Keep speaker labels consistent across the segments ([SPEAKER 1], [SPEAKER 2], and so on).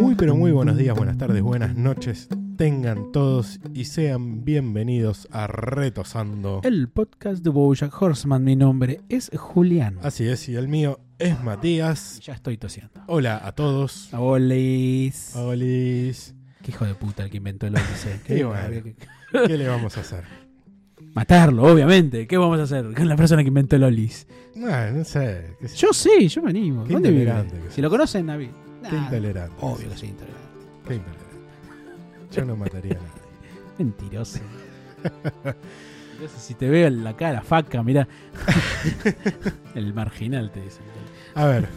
[SPEAKER 1] Muy pero muy buenos días, buenas tardes, buenas noches. Tengan todos y sean bienvenidos a Retosando.
[SPEAKER 2] El podcast de Bojack Horseman, mi nombre es Julián.
[SPEAKER 1] Así es, y el mío es Matías.
[SPEAKER 2] Ya estoy tosiendo.
[SPEAKER 1] Hola a todos.
[SPEAKER 2] Olis.
[SPEAKER 1] Olis.
[SPEAKER 2] Qué hijo de puta el que inventó el eh. Odyssey.
[SPEAKER 1] Y bueno. ¿Qué le vamos a hacer?
[SPEAKER 2] Matarlo, obviamente. ¿Qué vamos a hacer con la persona que inventó el Olis?
[SPEAKER 1] Ah, no sé. qué sé yo.
[SPEAKER 2] Yo sí, yo me animo.
[SPEAKER 1] Qué
[SPEAKER 2] ¿Dónde vive?
[SPEAKER 1] intolerante que
[SPEAKER 2] Si
[SPEAKER 1] sos.
[SPEAKER 2] lo conocen, Navi. Nah,
[SPEAKER 1] Qué intolerante.
[SPEAKER 2] obvio que soy intolerante.
[SPEAKER 1] Qué intolerante. Yo no mataría a nadie.
[SPEAKER 2] Mentiroso. Entonces, si te veo en la cara, faca, mirá. el marginal te dice.
[SPEAKER 1] A ver,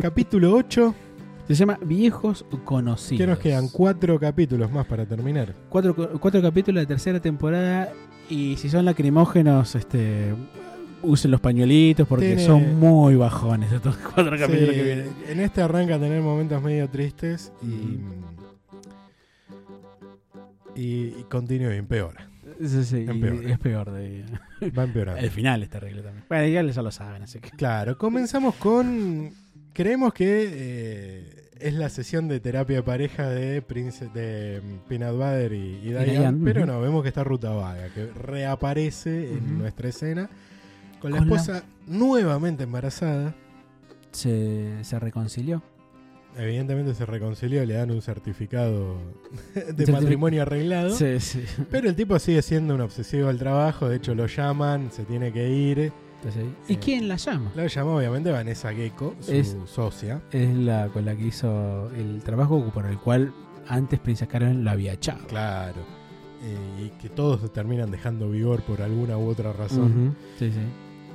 [SPEAKER 1] capítulo 8.
[SPEAKER 2] Se llama Viejos Conocidos.
[SPEAKER 1] Que nos quedan cuatro capítulos más para terminar.
[SPEAKER 2] cuatro, cuatro capítulos de tercera temporada y si son lacrimógenos, este usen los pañuelitos porque
[SPEAKER 1] Tiene-
[SPEAKER 2] son muy bajones estos cuatro capítulos
[SPEAKER 1] Sí,
[SPEAKER 2] que vienen.
[SPEAKER 1] En este arranca a tener momentos medio tristes y. Y, y continúa y empeora.
[SPEAKER 2] Sí, sí, y
[SPEAKER 1] empeora.
[SPEAKER 2] es peor de
[SPEAKER 1] Va empeorando.
[SPEAKER 2] El final está terrible también. Bueno, ya les- ya lo saben, así que.
[SPEAKER 1] Claro, comenzamos con. Creemos que eh, es la sesión de terapia de pareja de, Prince, de mm, Peanut Butter y, y Diane,
[SPEAKER 2] Diane,
[SPEAKER 1] pero
[SPEAKER 2] ujú.
[SPEAKER 1] no, vemos que está Ruta Vaga, que reaparece en
[SPEAKER 2] Ujú.
[SPEAKER 1] nuestra escena con la
[SPEAKER 2] Con la-
[SPEAKER 1] esposa nuevamente embarazada.
[SPEAKER 2] Se, se reconcilió.
[SPEAKER 1] Evidentemente se reconcilió, le dan un certificado de
[SPEAKER 2] certific-
[SPEAKER 1] matrimonio arreglado.
[SPEAKER 2] Sí, sí.
[SPEAKER 1] Pero el tipo sigue siendo un obsesivo al trabajo, de hecho lo llaman, se tiene que ir.
[SPEAKER 2] Entonces, ¿Y
[SPEAKER 1] Eh,
[SPEAKER 2] quién la llama?
[SPEAKER 1] Lo llama obviamente Vanessa Gecko, su
[SPEAKER 2] Es-
[SPEAKER 1] socia.
[SPEAKER 2] Es la con la que hizo el trabajo por el cual antes Princesa Karen lo había echado.
[SPEAKER 1] Claro. Eh, y que todos se terminan dejando vigor por alguna u otra razón.
[SPEAKER 2] Ujú, Sí, sí.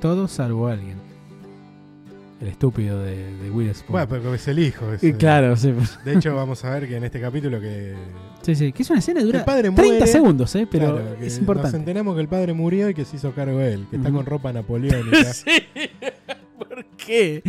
[SPEAKER 2] Todo salvo alguien. El estúpido de, de Witherspoon.
[SPEAKER 1] Bueno, pero es el hijo. es,
[SPEAKER 2] Y
[SPEAKER 1] eh,
[SPEAKER 2] claro, sí. pues.
[SPEAKER 1] De hecho, vamos a ver que en este capítulo que,
[SPEAKER 2] Sí, sí. Que es una escena
[SPEAKER 1] que
[SPEAKER 2] que dura
[SPEAKER 1] el padre
[SPEAKER 2] 30
[SPEAKER 1] muere.
[SPEAKER 2] segundos, ¿eh? Pero
[SPEAKER 1] claro, que
[SPEAKER 2] es
[SPEAKER 1] Nos
[SPEAKER 2] importante.
[SPEAKER 1] enteramos que el padre murió y que se hizo cargo él, que está
[SPEAKER 2] Ujú.
[SPEAKER 1] con ropa napoleónica.
[SPEAKER 2] sí. ¿Por qué?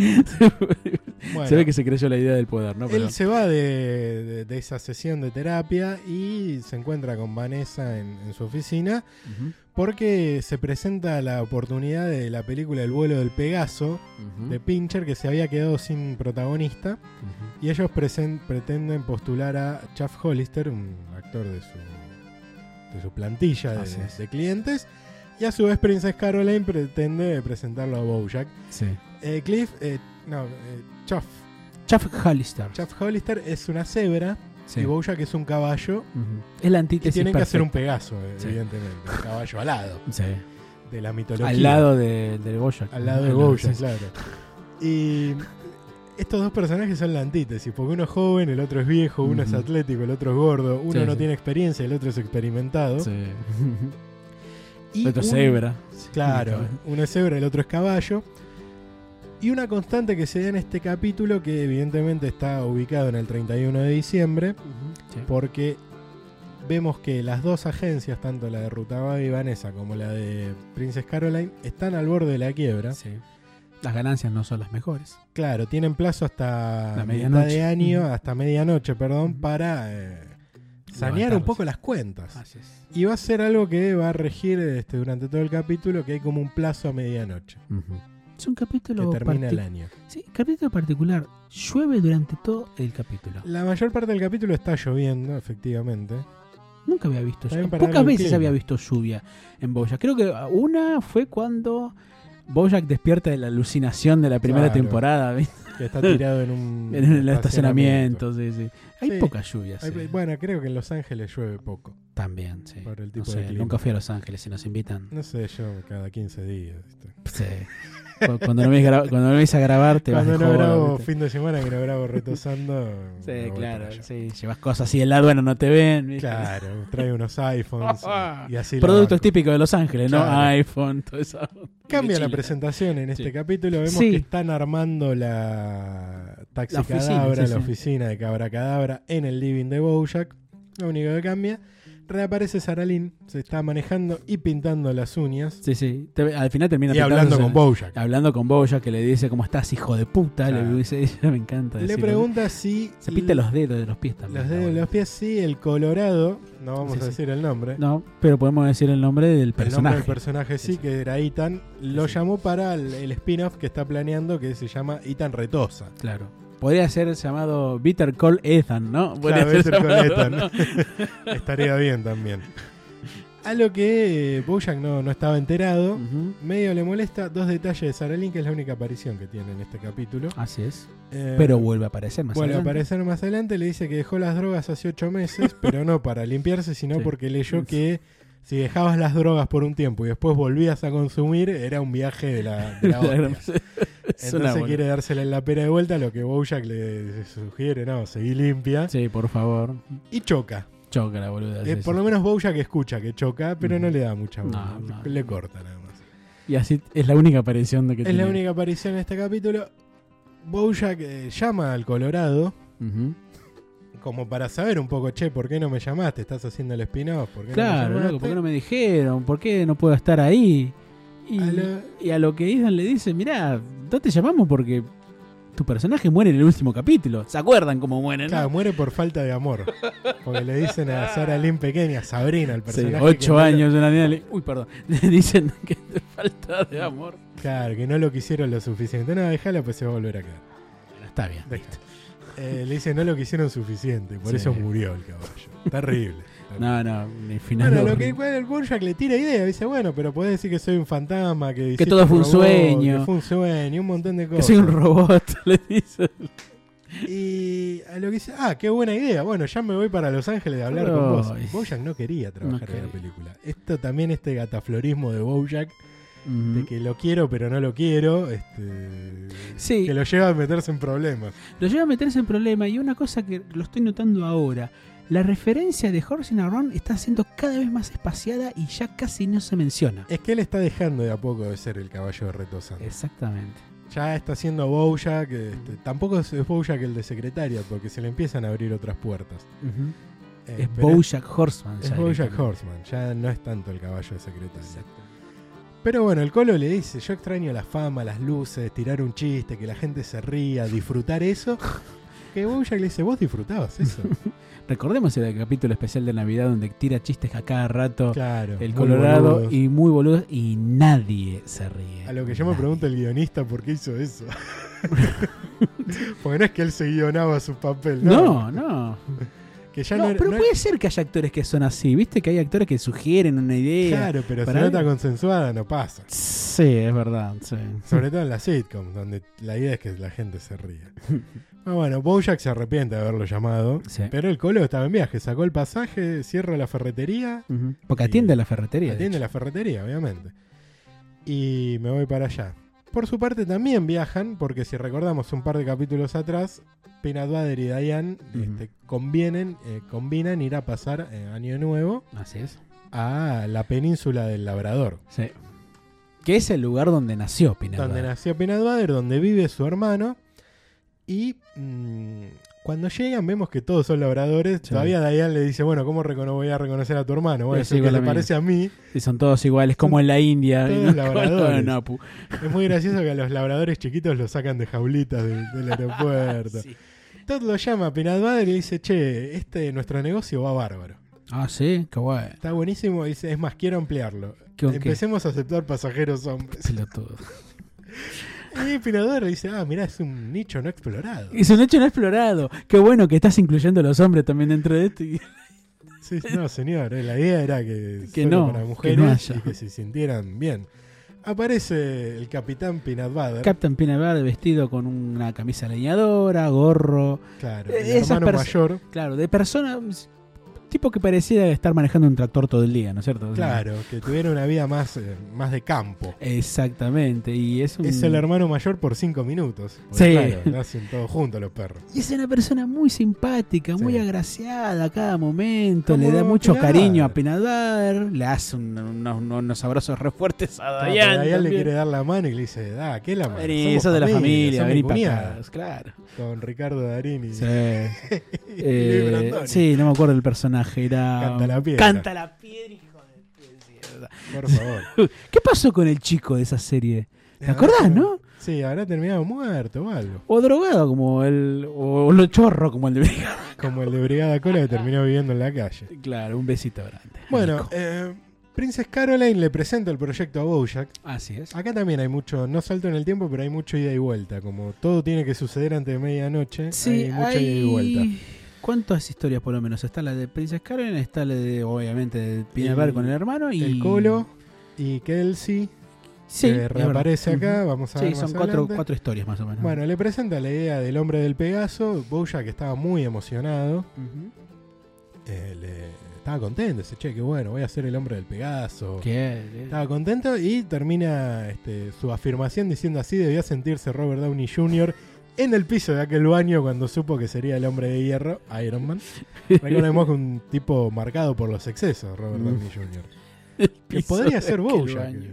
[SPEAKER 1] Bueno,
[SPEAKER 2] Se ve que se creyó la idea del poder, ¿no? Pero
[SPEAKER 1] Él se va de, de- de esa sesión de terapia y se encuentra con Vanessa en, en su oficina
[SPEAKER 2] Ujú,
[SPEAKER 1] porque se presenta la oportunidad de la película El vuelo del Pegaso
[SPEAKER 2] ujú,
[SPEAKER 1] de Pincher que se había quedado sin protagonista
[SPEAKER 2] ujú.
[SPEAKER 1] y ellos presen- pretenden postular a Chaff Hollister, un actor de su, de su plantilla de,
[SPEAKER 2] Así es.
[SPEAKER 1] de clientes, y a su vez Princess Caroline pretende presentarlo a Bojack.
[SPEAKER 2] Sí.
[SPEAKER 1] Eh, Cliff, eh, no, eh, Chaff,
[SPEAKER 2] Chaff Hollister.
[SPEAKER 1] Chaff Hollister es una cebra.
[SPEAKER 2] Sí.
[SPEAKER 1] Y Bojack es un caballo.
[SPEAKER 2] Ujú. Es
[SPEAKER 1] Que
[SPEAKER 2] la antítesis
[SPEAKER 1] tienen que hacer un
[SPEAKER 2] perfecta.
[SPEAKER 1] Pegaso, eh,
[SPEAKER 2] Sí.
[SPEAKER 1] evidentemente. Un caballo alado
[SPEAKER 2] Sí.
[SPEAKER 1] de la mitología.
[SPEAKER 2] Al lado de, del Bojack.
[SPEAKER 1] Al lado de
[SPEAKER 2] Ujú,
[SPEAKER 1] Bojack,
[SPEAKER 2] sí.
[SPEAKER 1] claro. Y estos dos personajes son la antítesis, porque uno es joven, el otro es viejo, uno es
[SPEAKER 2] Ujú.
[SPEAKER 1] atlético, el otro es gordo, uno
[SPEAKER 2] Sí,
[SPEAKER 1] no
[SPEAKER 2] sí.
[SPEAKER 1] tiene experiencia, el otro es experimentado.
[SPEAKER 2] Sí.
[SPEAKER 1] Y
[SPEAKER 2] Otro
[SPEAKER 1] un-
[SPEAKER 2] cebra.
[SPEAKER 1] Claro, uno es cebra, el otro es caballo. Y una constante que se da en este capítulo, que evidentemente está ubicado en el 31 de diciembre,
[SPEAKER 2] Sí.
[SPEAKER 1] porque vemos que las dos agencias, tanto la de Rutabaga y Vanessa como la de Princess Caroline, están al borde de la quiebra.
[SPEAKER 2] Sí. Las ganancias no son las mejores.
[SPEAKER 1] Claro, tienen plazo hasta
[SPEAKER 2] La
[SPEAKER 1] mitad de
[SPEAKER 2] medianoche.
[SPEAKER 1] año,
[SPEAKER 2] Ujú.
[SPEAKER 1] hasta medianoche, perdón,
[SPEAKER 2] Ujú.
[SPEAKER 1] para eh, sanear
[SPEAKER 2] Levantarlos.
[SPEAKER 1] un poco las cuentas.
[SPEAKER 2] Así es.
[SPEAKER 1] Y va a ser algo que va a regir este, durante todo el capítulo, que hay como un plazo a medianoche,
[SPEAKER 2] Es un
[SPEAKER 1] que
[SPEAKER 2] capítulo,
[SPEAKER 1] termina el
[SPEAKER 2] parti-
[SPEAKER 1] año.
[SPEAKER 2] sí, capítulo particular. Llueve durante todo el capítulo.
[SPEAKER 1] La mayor parte del capítulo está lloviendo, efectivamente.
[SPEAKER 2] Nunca había visto
[SPEAKER 1] También
[SPEAKER 2] lluvia.
[SPEAKER 1] para
[SPEAKER 2] Pocas
[SPEAKER 1] darle un
[SPEAKER 2] veces
[SPEAKER 1] clima.
[SPEAKER 2] había visto lluvia en Bojack. Creo que una fue cuando Bojack despierta de la alucinación de la primera
[SPEAKER 1] Claro.
[SPEAKER 2] temporada ¿viste?
[SPEAKER 1] Que está tirado en un
[SPEAKER 2] en el estacionamiento. sí, sí. Hay
[SPEAKER 1] Sí.
[SPEAKER 2] pocas lluvias.
[SPEAKER 1] Hay-
[SPEAKER 2] sí.
[SPEAKER 1] Bueno, creo que en Los Ángeles llueve poco.
[SPEAKER 2] También, sí.
[SPEAKER 1] Por el
[SPEAKER 2] No
[SPEAKER 1] tipo
[SPEAKER 2] sé,
[SPEAKER 1] de clima.
[SPEAKER 2] nunca fui a Los Ángeles si nos invitan.
[SPEAKER 1] No sé, yo cada 15 días. ¿viste?
[SPEAKER 2] Sí. Cu- cuando, no me ves gra- cuando no me ves a grabar, te
[SPEAKER 1] Cuando
[SPEAKER 2] vas de
[SPEAKER 1] no
[SPEAKER 2] joda,
[SPEAKER 1] grabo
[SPEAKER 2] ¿viste?
[SPEAKER 1] fin de semana, que no grabo retosando. me
[SPEAKER 2] Sí,
[SPEAKER 1] voy para
[SPEAKER 2] claro,
[SPEAKER 1] allá.
[SPEAKER 2] sí. Llevas cosas así de lado, bueno, no te ven. ¿viste?
[SPEAKER 1] Claro, trae unos iPhones y- y así. la
[SPEAKER 2] Productos
[SPEAKER 1] banco.
[SPEAKER 2] típicos de Los Ángeles,
[SPEAKER 1] Claro.
[SPEAKER 2] ¿no? iPhone, todo eso.
[SPEAKER 1] Cambia la
[SPEAKER 2] Mochila.
[SPEAKER 1] presentación en este
[SPEAKER 2] Sí.
[SPEAKER 1] capítulo. Vemos
[SPEAKER 2] Sí.
[SPEAKER 1] que están armando la taxi
[SPEAKER 2] La oficina,
[SPEAKER 1] cadabra,
[SPEAKER 2] sí,
[SPEAKER 1] la
[SPEAKER 2] sí.
[SPEAKER 1] oficina de Cabra Cadabra en el living de Bojack. Lo único que cambia. Reaparece Saralín, se está manejando y pintando las uñas.
[SPEAKER 2] Sí, sí. Te- al final termina
[SPEAKER 1] Y hablando
[SPEAKER 2] pintándose-
[SPEAKER 1] con Bojack.
[SPEAKER 2] Hablando con Boya, que le dice, ¿cómo estás, hijo de puta? Le
[SPEAKER 1] Claro.
[SPEAKER 2] dice, ella me encanta.
[SPEAKER 1] Le
[SPEAKER 2] decirlo.
[SPEAKER 1] pregunta si.
[SPEAKER 2] Se pinta los dedos de los pies también.
[SPEAKER 1] los
[SPEAKER 2] está
[SPEAKER 1] dedos de
[SPEAKER 2] bueno.
[SPEAKER 1] los pies, sí, el Colorado. No vamos
[SPEAKER 2] Sí,
[SPEAKER 1] a
[SPEAKER 2] sí.
[SPEAKER 1] decir el nombre.
[SPEAKER 2] No, pero podemos decir el nombre del
[SPEAKER 1] El nombre
[SPEAKER 2] personaje.
[SPEAKER 1] del personaje sí,
[SPEAKER 2] Sí, sí.
[SPEAKER 1] que era Ethan, lo
[SPEAKER 2] Sí, sí.
[SPEAKER 1] llamó para el, el spin-off que está planeando que se llama Ethan Retosa.
[SPEAKER 2] claro. Podría ser llamado Bitter Call Ethan, ¿no? Podría
[SPEAKER 1] Claro,
[SPEAKER 2] ser
[SPEAKER 1] Better Call
[SPEAKER 2] llamado,
[SPEAKER 1] Ethan.
[SPEAKER 2] ¿no?
[SPEAKER 1] Estaría bien también. A lo que eh, Bojack no, no estaba enterado.
[SPEAKER 2] Ujú.
[SPEAKER 1] Medio le molesta dos detalles de Sarah Lynn, que es la única aparición que tiene en este capítulo.
[SPEAKER 2] Así es.
[SPEAKER 1] Eh,
[SPEAKER 2] Pero vuelve a aparecer más
[SPEAKER 1] vuelve a
[SPEAKER 2] adelante.
[SPEAKER 1] aparecer más adelante, le dice que dejó las drogas hace ocho meses, pero no para limpiarse, sino
[SPEAKER 2] Sí.
[SPEAKER 1] porque leyó que si dejabas las drogas por un tiempo y después volvías a consumir, era un viaje de la, de la hostia.
[SPEAKER 2] Es una
[SPEAKER 1] Entonces
[SPEAKER 2] bola.
[SPEAKER 1] quiere dársela en la pera de vuelta, lo que Bojack le sugiere, no, seguí limpia.
[SPEAKER 2] Sí, por favor.
[SPEAKER 1] Y choca.
[SPEAKER 2] Choca la boluda.
[SPEAKER 1] Eh,
[SPEAKER 2] sí,
[SPEAKER 1] por
[SPEAKER 2] sí.
[SPEAKER 1] lo menos Bojack escucha que choca, pero no
[SPEAKER 2] Ujú.
[SPEAKER 1] le da mucha bola.
[SPEAKER 2] No, no.
[SPEAKER 1] Le corta nada más.
[SPEAKER 2] Y así es la única aparición de que
[SPEAKER 1] Es
[SPEAKER 2] tiene.
[SPEAKER 1] la única aparición en este capítulo. Bojack eh, llama al Colorado
[SPEAKER 2] Ujú.
[SPEAKER 1] como para saber un poco, che, ¿por qué no me llamaste? ¿Estás haciendo el spin-off? ¿Por qué no
[SPEAKER 2] Claro,
[SPEAKER 1] me
[SPEAKER 2] loco,
[SPEAKER 1] llamaste?
[SPEAKER 2] ¿por qué no me dijeron? ¿Por qué no puedo estar ahí? Y
[SPEAKER 1] A
[SPEAKER 2] y a
[SPEAKER 1] lo-
[SPEAKER 2] lo, que Ethan le dice, mirá, no te llamamos porque tu personaje muere en el último capítulo. ¿Se acuerdan cómo muere, no?
[SPEAKER 1] Claro, muere por falta de amor. Porque le dicen a Sara Lynn pequeña, Sabrina, el
[SPEAKER 2] Sí,
[SPEAKER 1] personaje. que
[SPEAKER 2] ocho
[SPEAKER 1] no lo-
[SPEAKER 2] años una niña le... Uy, perdón. Le dicen que te falta de amor.
[SPEAKER 1] claro, que no lo quisieron lo suficiente. No, déjala, pues se va a volver a quedar.
[SPEAKER 2] Bueno, está bien.
[SPEAKER 1] Listo. Eh, le dice, no lo quisieron suficiente, por
[SPEAKER 2] Sí.
[SPEAKER 1] eso murió el caballo. Terrible. terrible.
[SPEAKER 2] No, no, el final...
[SPEAKER 1] Bueno, lo
[SPEAKER 2] horrible.
[SPEAKER 1] que cual el Bojack le tira idea, dice, bueno, pero podés decir que soy un fantasma, que, hiciste
[SPEAKER 2] todo fue un
[SPEAKER 1] robot,
[SPEAKER 2] sueño.
[SPEAKER 1] Que fue un sueño, un montón de
[SPEAKER 2] Que
[SPEAKER 1] cosas.
[SPEAKER 2] soy un robot, le dice.
[SPEAKER 1] y a lo que dice, ah, qué buena idea, bueno, ya me voy para Los Ángeles a hablar con vos.
[SPEAKER 2] Ay.
[SPEAKER 1] Bojack no quería trabajar
[SPEAKER 2] No
[SPEAKER 1] en la
[SPEAKER 2] quería.
[SPEAKER 1] película. Esto también, este gataflorismo de Bojack,
[SPEAKER 2] Ujú.
[SPEAKER 1] de que lo quiero pero no lo quiero, este,
[SPEAKER 2] Sí.
[SPEAKER 1] que lo lleva a meterse en problemas.
[SPEAKER 2] Lo lleva a meterse en problema y una cosa que lo estoy notando ahora, la referencia de Horse in a Ron está siendo cada vez más espaciada y ya casi no se menciona.
[SPEAKER 1] Es que él está dejando de a poco de ser el caballo de retosando.
[SPEAKER 2] Exactamente.
[SPEAKER 1] Ya está siendo Bojack, este, tampoco es es Bojack el de secretaria, porque se le empiezan a abrir otras puertas. Eh,
[SPEAKER 2] Es
[SPEAKER 1] pero
[SPEAKER 2] Bojack Horseman.
[SPEAKER 1] es
[SPEAKER 2] ya
[SPEAKER 1] Bojack
[SPEAKER 2] directamente.
[SPEAKER 1] Horseman, ya no es tanto el caballo de secretaria.
[SPEAKER 2] Exactamente.
[SPEAKER 1] Pero bueno, el Colo le dice, yo extraño la fama, las luces, tirar un chiste, que la gente se ría, disfrutar eso. Que Bojack le dice, vos disfrutabas eso.
[SPEAKER 2] Recordemos el capítulo especial de Navidad donde tira chistes a cada rato
[SPEAKER 1] Claro.
[SPEAKER 2] el
[SPEAKER 1] muy
[SPEAKER 2] Colorado
[SPEAKER 1] boludos.
[SPEAKER 2] y muy boludos y nadie se ríe.
[SPEAKER 1] A lo que yo me
[SPEAKER 2] Nadie.
[SPEAKER 1] pregunto el guionista por qué hizo eso. porque no es que él se guionaba su papel, ¿no?
[SPEAKER 2] No, no.
[SPEAKER 1] que ya
[SPEAKER 2] No,
[SPEAKER 1] no, era-
[SPEAKER 2] pero
[SPEAKER 1] no
[SPEAKER 2] puede ser que haya actores que son así. Viste que hay actores que sugieren una idea.
[SPEAKER 1] Claro, pero si
[SPEAKER 2] Para
[SPEAKER 1] no está
[SPEAKER 2] algo.
[SPEAKER 1] consensuada no pasa.
[SPEAKER 2] Sí, es verdad. Sí.
[SPEAKER 1] Sobre todo en la sitcom, donde la idea es que la gente se ría. Ah, bueno, Bojack se arrepiente de haberlo llamado.
[SPEAKER 2] Sí.
[SPEAKER 1] Pero el colo estaba en viaje, sacó el pasaje, cierra la ferretería.
[SPEAKER 2] Ujú. Porque
[SPEAKER 1] Y-
[SPEAKER 2] atiende a la ferretería. de
[SPEAKER 1] Atiende
[SPEAKER 2] hecho.
[SPEAKER 1] la ferretería, obviamente. Y me voy para allá. Por su parte también viajan, porque si recordamos un par de capítulos atrás, Peanut Butter y Diane
[SPEAKER 2] Ujú.
[SPEAKER 1] este, convienen, eh, combinan ir a pasar eh, Año Nuevo
[SPEAKER 2] Así es.
[SPEAKER 1] a la península del Labrador.
[SPEAKER 2] Sí. Que es el lugar donde nació Pinal.
[SPEAKER 1] donde nació Peanut Butter, donde vive su hermano. Y mm, cuando llegan vemos que todos son labradores.
[SPEAKER 2] Sí.
[SPEAKER 1] Todavía Diane le dice, bueno, ¿cómo recono- voy a reconocer a tu hermano? Bueno,
[SPEAKER 2] Sí,
[SPEAKER 1] es
[SPEAKER 2] sí,
[SPEAKER 1] el que
[SPEAKER 2] con
[SPEAKER 1] le
[SPEAKER 2] lo mismo.
[SPEAKER 1] parece a mí.
[SPEAKER 2] Y son todos iguales, como en la India.
[SPEAKER 1] todos
[SPEAKER 2] y no,
[SPEAKER 1] labradores.
[SPEAKER 2] no, pu-
[SPEAKER 1] Es muy gracioso que a los labradores chiquitos los sacan de jaulitas del, del aeropuerto.
[SPEAKER 2] Sí.
[SPEAKER 1] Todd lo llama a Peanut Butter y le dice, che, este nuestro negocio va bárbaro.
[SPEAKER 2] Ah, sí, qué bueno.
[SPEAKER 1] Está buenísimo, dice, es más, quiero ampliarlo.
[SPEAKER 2] ¿Con qué?
[SPEAKER 1] Empecemos a aceptar pasajeros hombres.
[SPEAKER 2] Pelotudo.
[SPEAKER 1] Y Peanut Butter le dice, ah, mirá, es un nicho no explorado.
[SPEAKER 2] Es un hecho no explorado. Qué bueno que estás incluyendo a los hombres también dentro de esto. y-
[SPEAKER 1] Sí, no, señor, eh, la idea era que,
[SPEAKER 2] Que
[SPEAKER 1] solo
[SPEAKER 2] no,
[SPEAKER 1] para
[SPEAKER 2] que
[SPEAKER 1] mujeres
[SPEAKER 2] no haya.
[SPEAKER 1] y que se sintieran bien. Aparece el capitán Peanut Butter,
[SPEAKER 2] Captain Pinal vestido con una camisa leñadora, gorro.
[SPEAKER 1] claro,
[SPEAKER 2] eh,
[SPEAKER 1] el
[SPEAKER 2] esas
[SPEAKER 1] hermano
[SPEAKER 2] perso-
[SPEAKER 1] mayor.
[SPEAKER 2] Claro, de persona. Tipo que pareciera estar manejando un tractor todo el día, ¿no es cierto? O sea,
[SPEAKER 1] Claro, que tuviera una vida más, eh, más de campo.
[SPEAKER 2] Exactamente. Y es un.
[SPEAKER 1] Es el hermano mayor por cinco minutos.
[SPEAKER 2] Mm. Sí.
[SPEAKER 1] Porque, Claro, nacen todos juntos los perros.
[SPEAKER 2] Y es una persona muy simpática,
[SPEAKER 1] Sí.
[SPEAKER 2] muy agraciada a cada momento,
[SPEAKER 1] Como
[SPEAKER 2] le da mucho
[SPEAKER 1] Pinar.
[SPEAKER 2] cariño a Pinadar, le hace un- unos, unos abrazos re fuertes a
[SPEAKER 1] Ah,
[SPEAKER 2] Dayan.
[SPEAKER 1] pero Dayan le quiere dar la mano y le dice, da, ¿qué es la mano? Somos
[SPEAKER 2] de la familia,
[SPEAKER 1] somos
[SPEAKER 2] vení para
[SPEAKER 1] cuñadas",
[SPEAKER 2] acá, claro.
[SPEAKER 1] Con Ricardo Darín y,
[SPEAKER 2] Sí.
[SPEAKER 1] y Luis
[SPEAKER 2] Eh,
[SPEAKER 1] Brandoni.
[SPEAKER 2] sí, no me acuerdo el exagerado.
[SPEAKER 1] Canta la piedra.
[SPEAKER 2] Canta la piedra, hijo de...
[SPEAKER 1] Por favor.
[SPEAKER 2] ¿Qué pasó con el chico de esa serie?
[SPEAKER 1] Habrá
[SPEAKER 2] ¿Te acordás,
[SPEAKER 1] termi-
[SPEAKER 2] no?
[SPEAKER 1] Sí, habrá terminado muerto o algo.
[SPEAKER 2] O drogado como el. O lo chorro como el de Brigada.
[SPEAKER 1] Como el de Brigada Cola que terminó viviendo en la calle.
[SPEAKER 2] Claro, un besito grande.
[SPEAKER 1] Bueno,
[SPEAKER 2] Nico.
[SPEAKER 1] eh, Princess Caroline le presenta el proyecto a Bojack.
[SPEAKER 2] Así es.
[SPEAKER 1] Acá también hay mucho, no salto en el tiempo, pero hay mucho ida y vuelta. Como todo tiene que suceder antes de medianoche,
[SPEAKER 2] Sí,
[SPEAKER 1] hay mucha
[SPEAKER 2] hay-
[SPEAKER 1] ida y vuelta.
[SPEAKER 2] ¿Cuántas historias por lo menos? Está la de Princess Karen, está la de, obviamente, de Pineapple
[SPEAKER 1] El-
[SPEAKER 2] con el hermano y.
[SPEAKER 1] El Colo y Kelsey,
[SPEAKER 2] Sí, es
[SPEAKER 1] que
[SPEAKER 2] verdad.
[SPEAKER 1] reaparece acá,
[SPEAKER 2] Ujú.
[SPEAKER 1] vamos a ver
[SPEAKER 2] Sí,
[SPEAKER 1] más
[SPEAKER 2] son cuatro,
[SPEAKER 1] adelante.
[SPEAKER 2] cuatro historias más o menos.
[SPEAKER 1] Bueno, le presenta la idea del hombre del Pegaso. Bojack estaba muy emocionado.
[SPEAKER 2] Ujú.
[SPEAKER 1] eh, le- estaba contento, dice, che, qué bueno, voy a ser el hombre del Pegaso.
[SPEAKER 2] Que-
[SPEAKER 1] Estaba contento y termina este, su afirmación diciendo así debía sentirse Robert Downey Jr. en el piso de aquel baño cuando supo que sería el hombre de hierro, Iron Man. Recordemos que un tipo marcado por los excesos, Robert Downey Jr. Que
[SPEAKER 2] Mm. Piso
[SPEAKER 1] podría ser
[SPEAKER 2] de aquel
[SPEAKER 1] Bojack,
[SPEAKER 2] baño.
[SPEAKER 1] eh,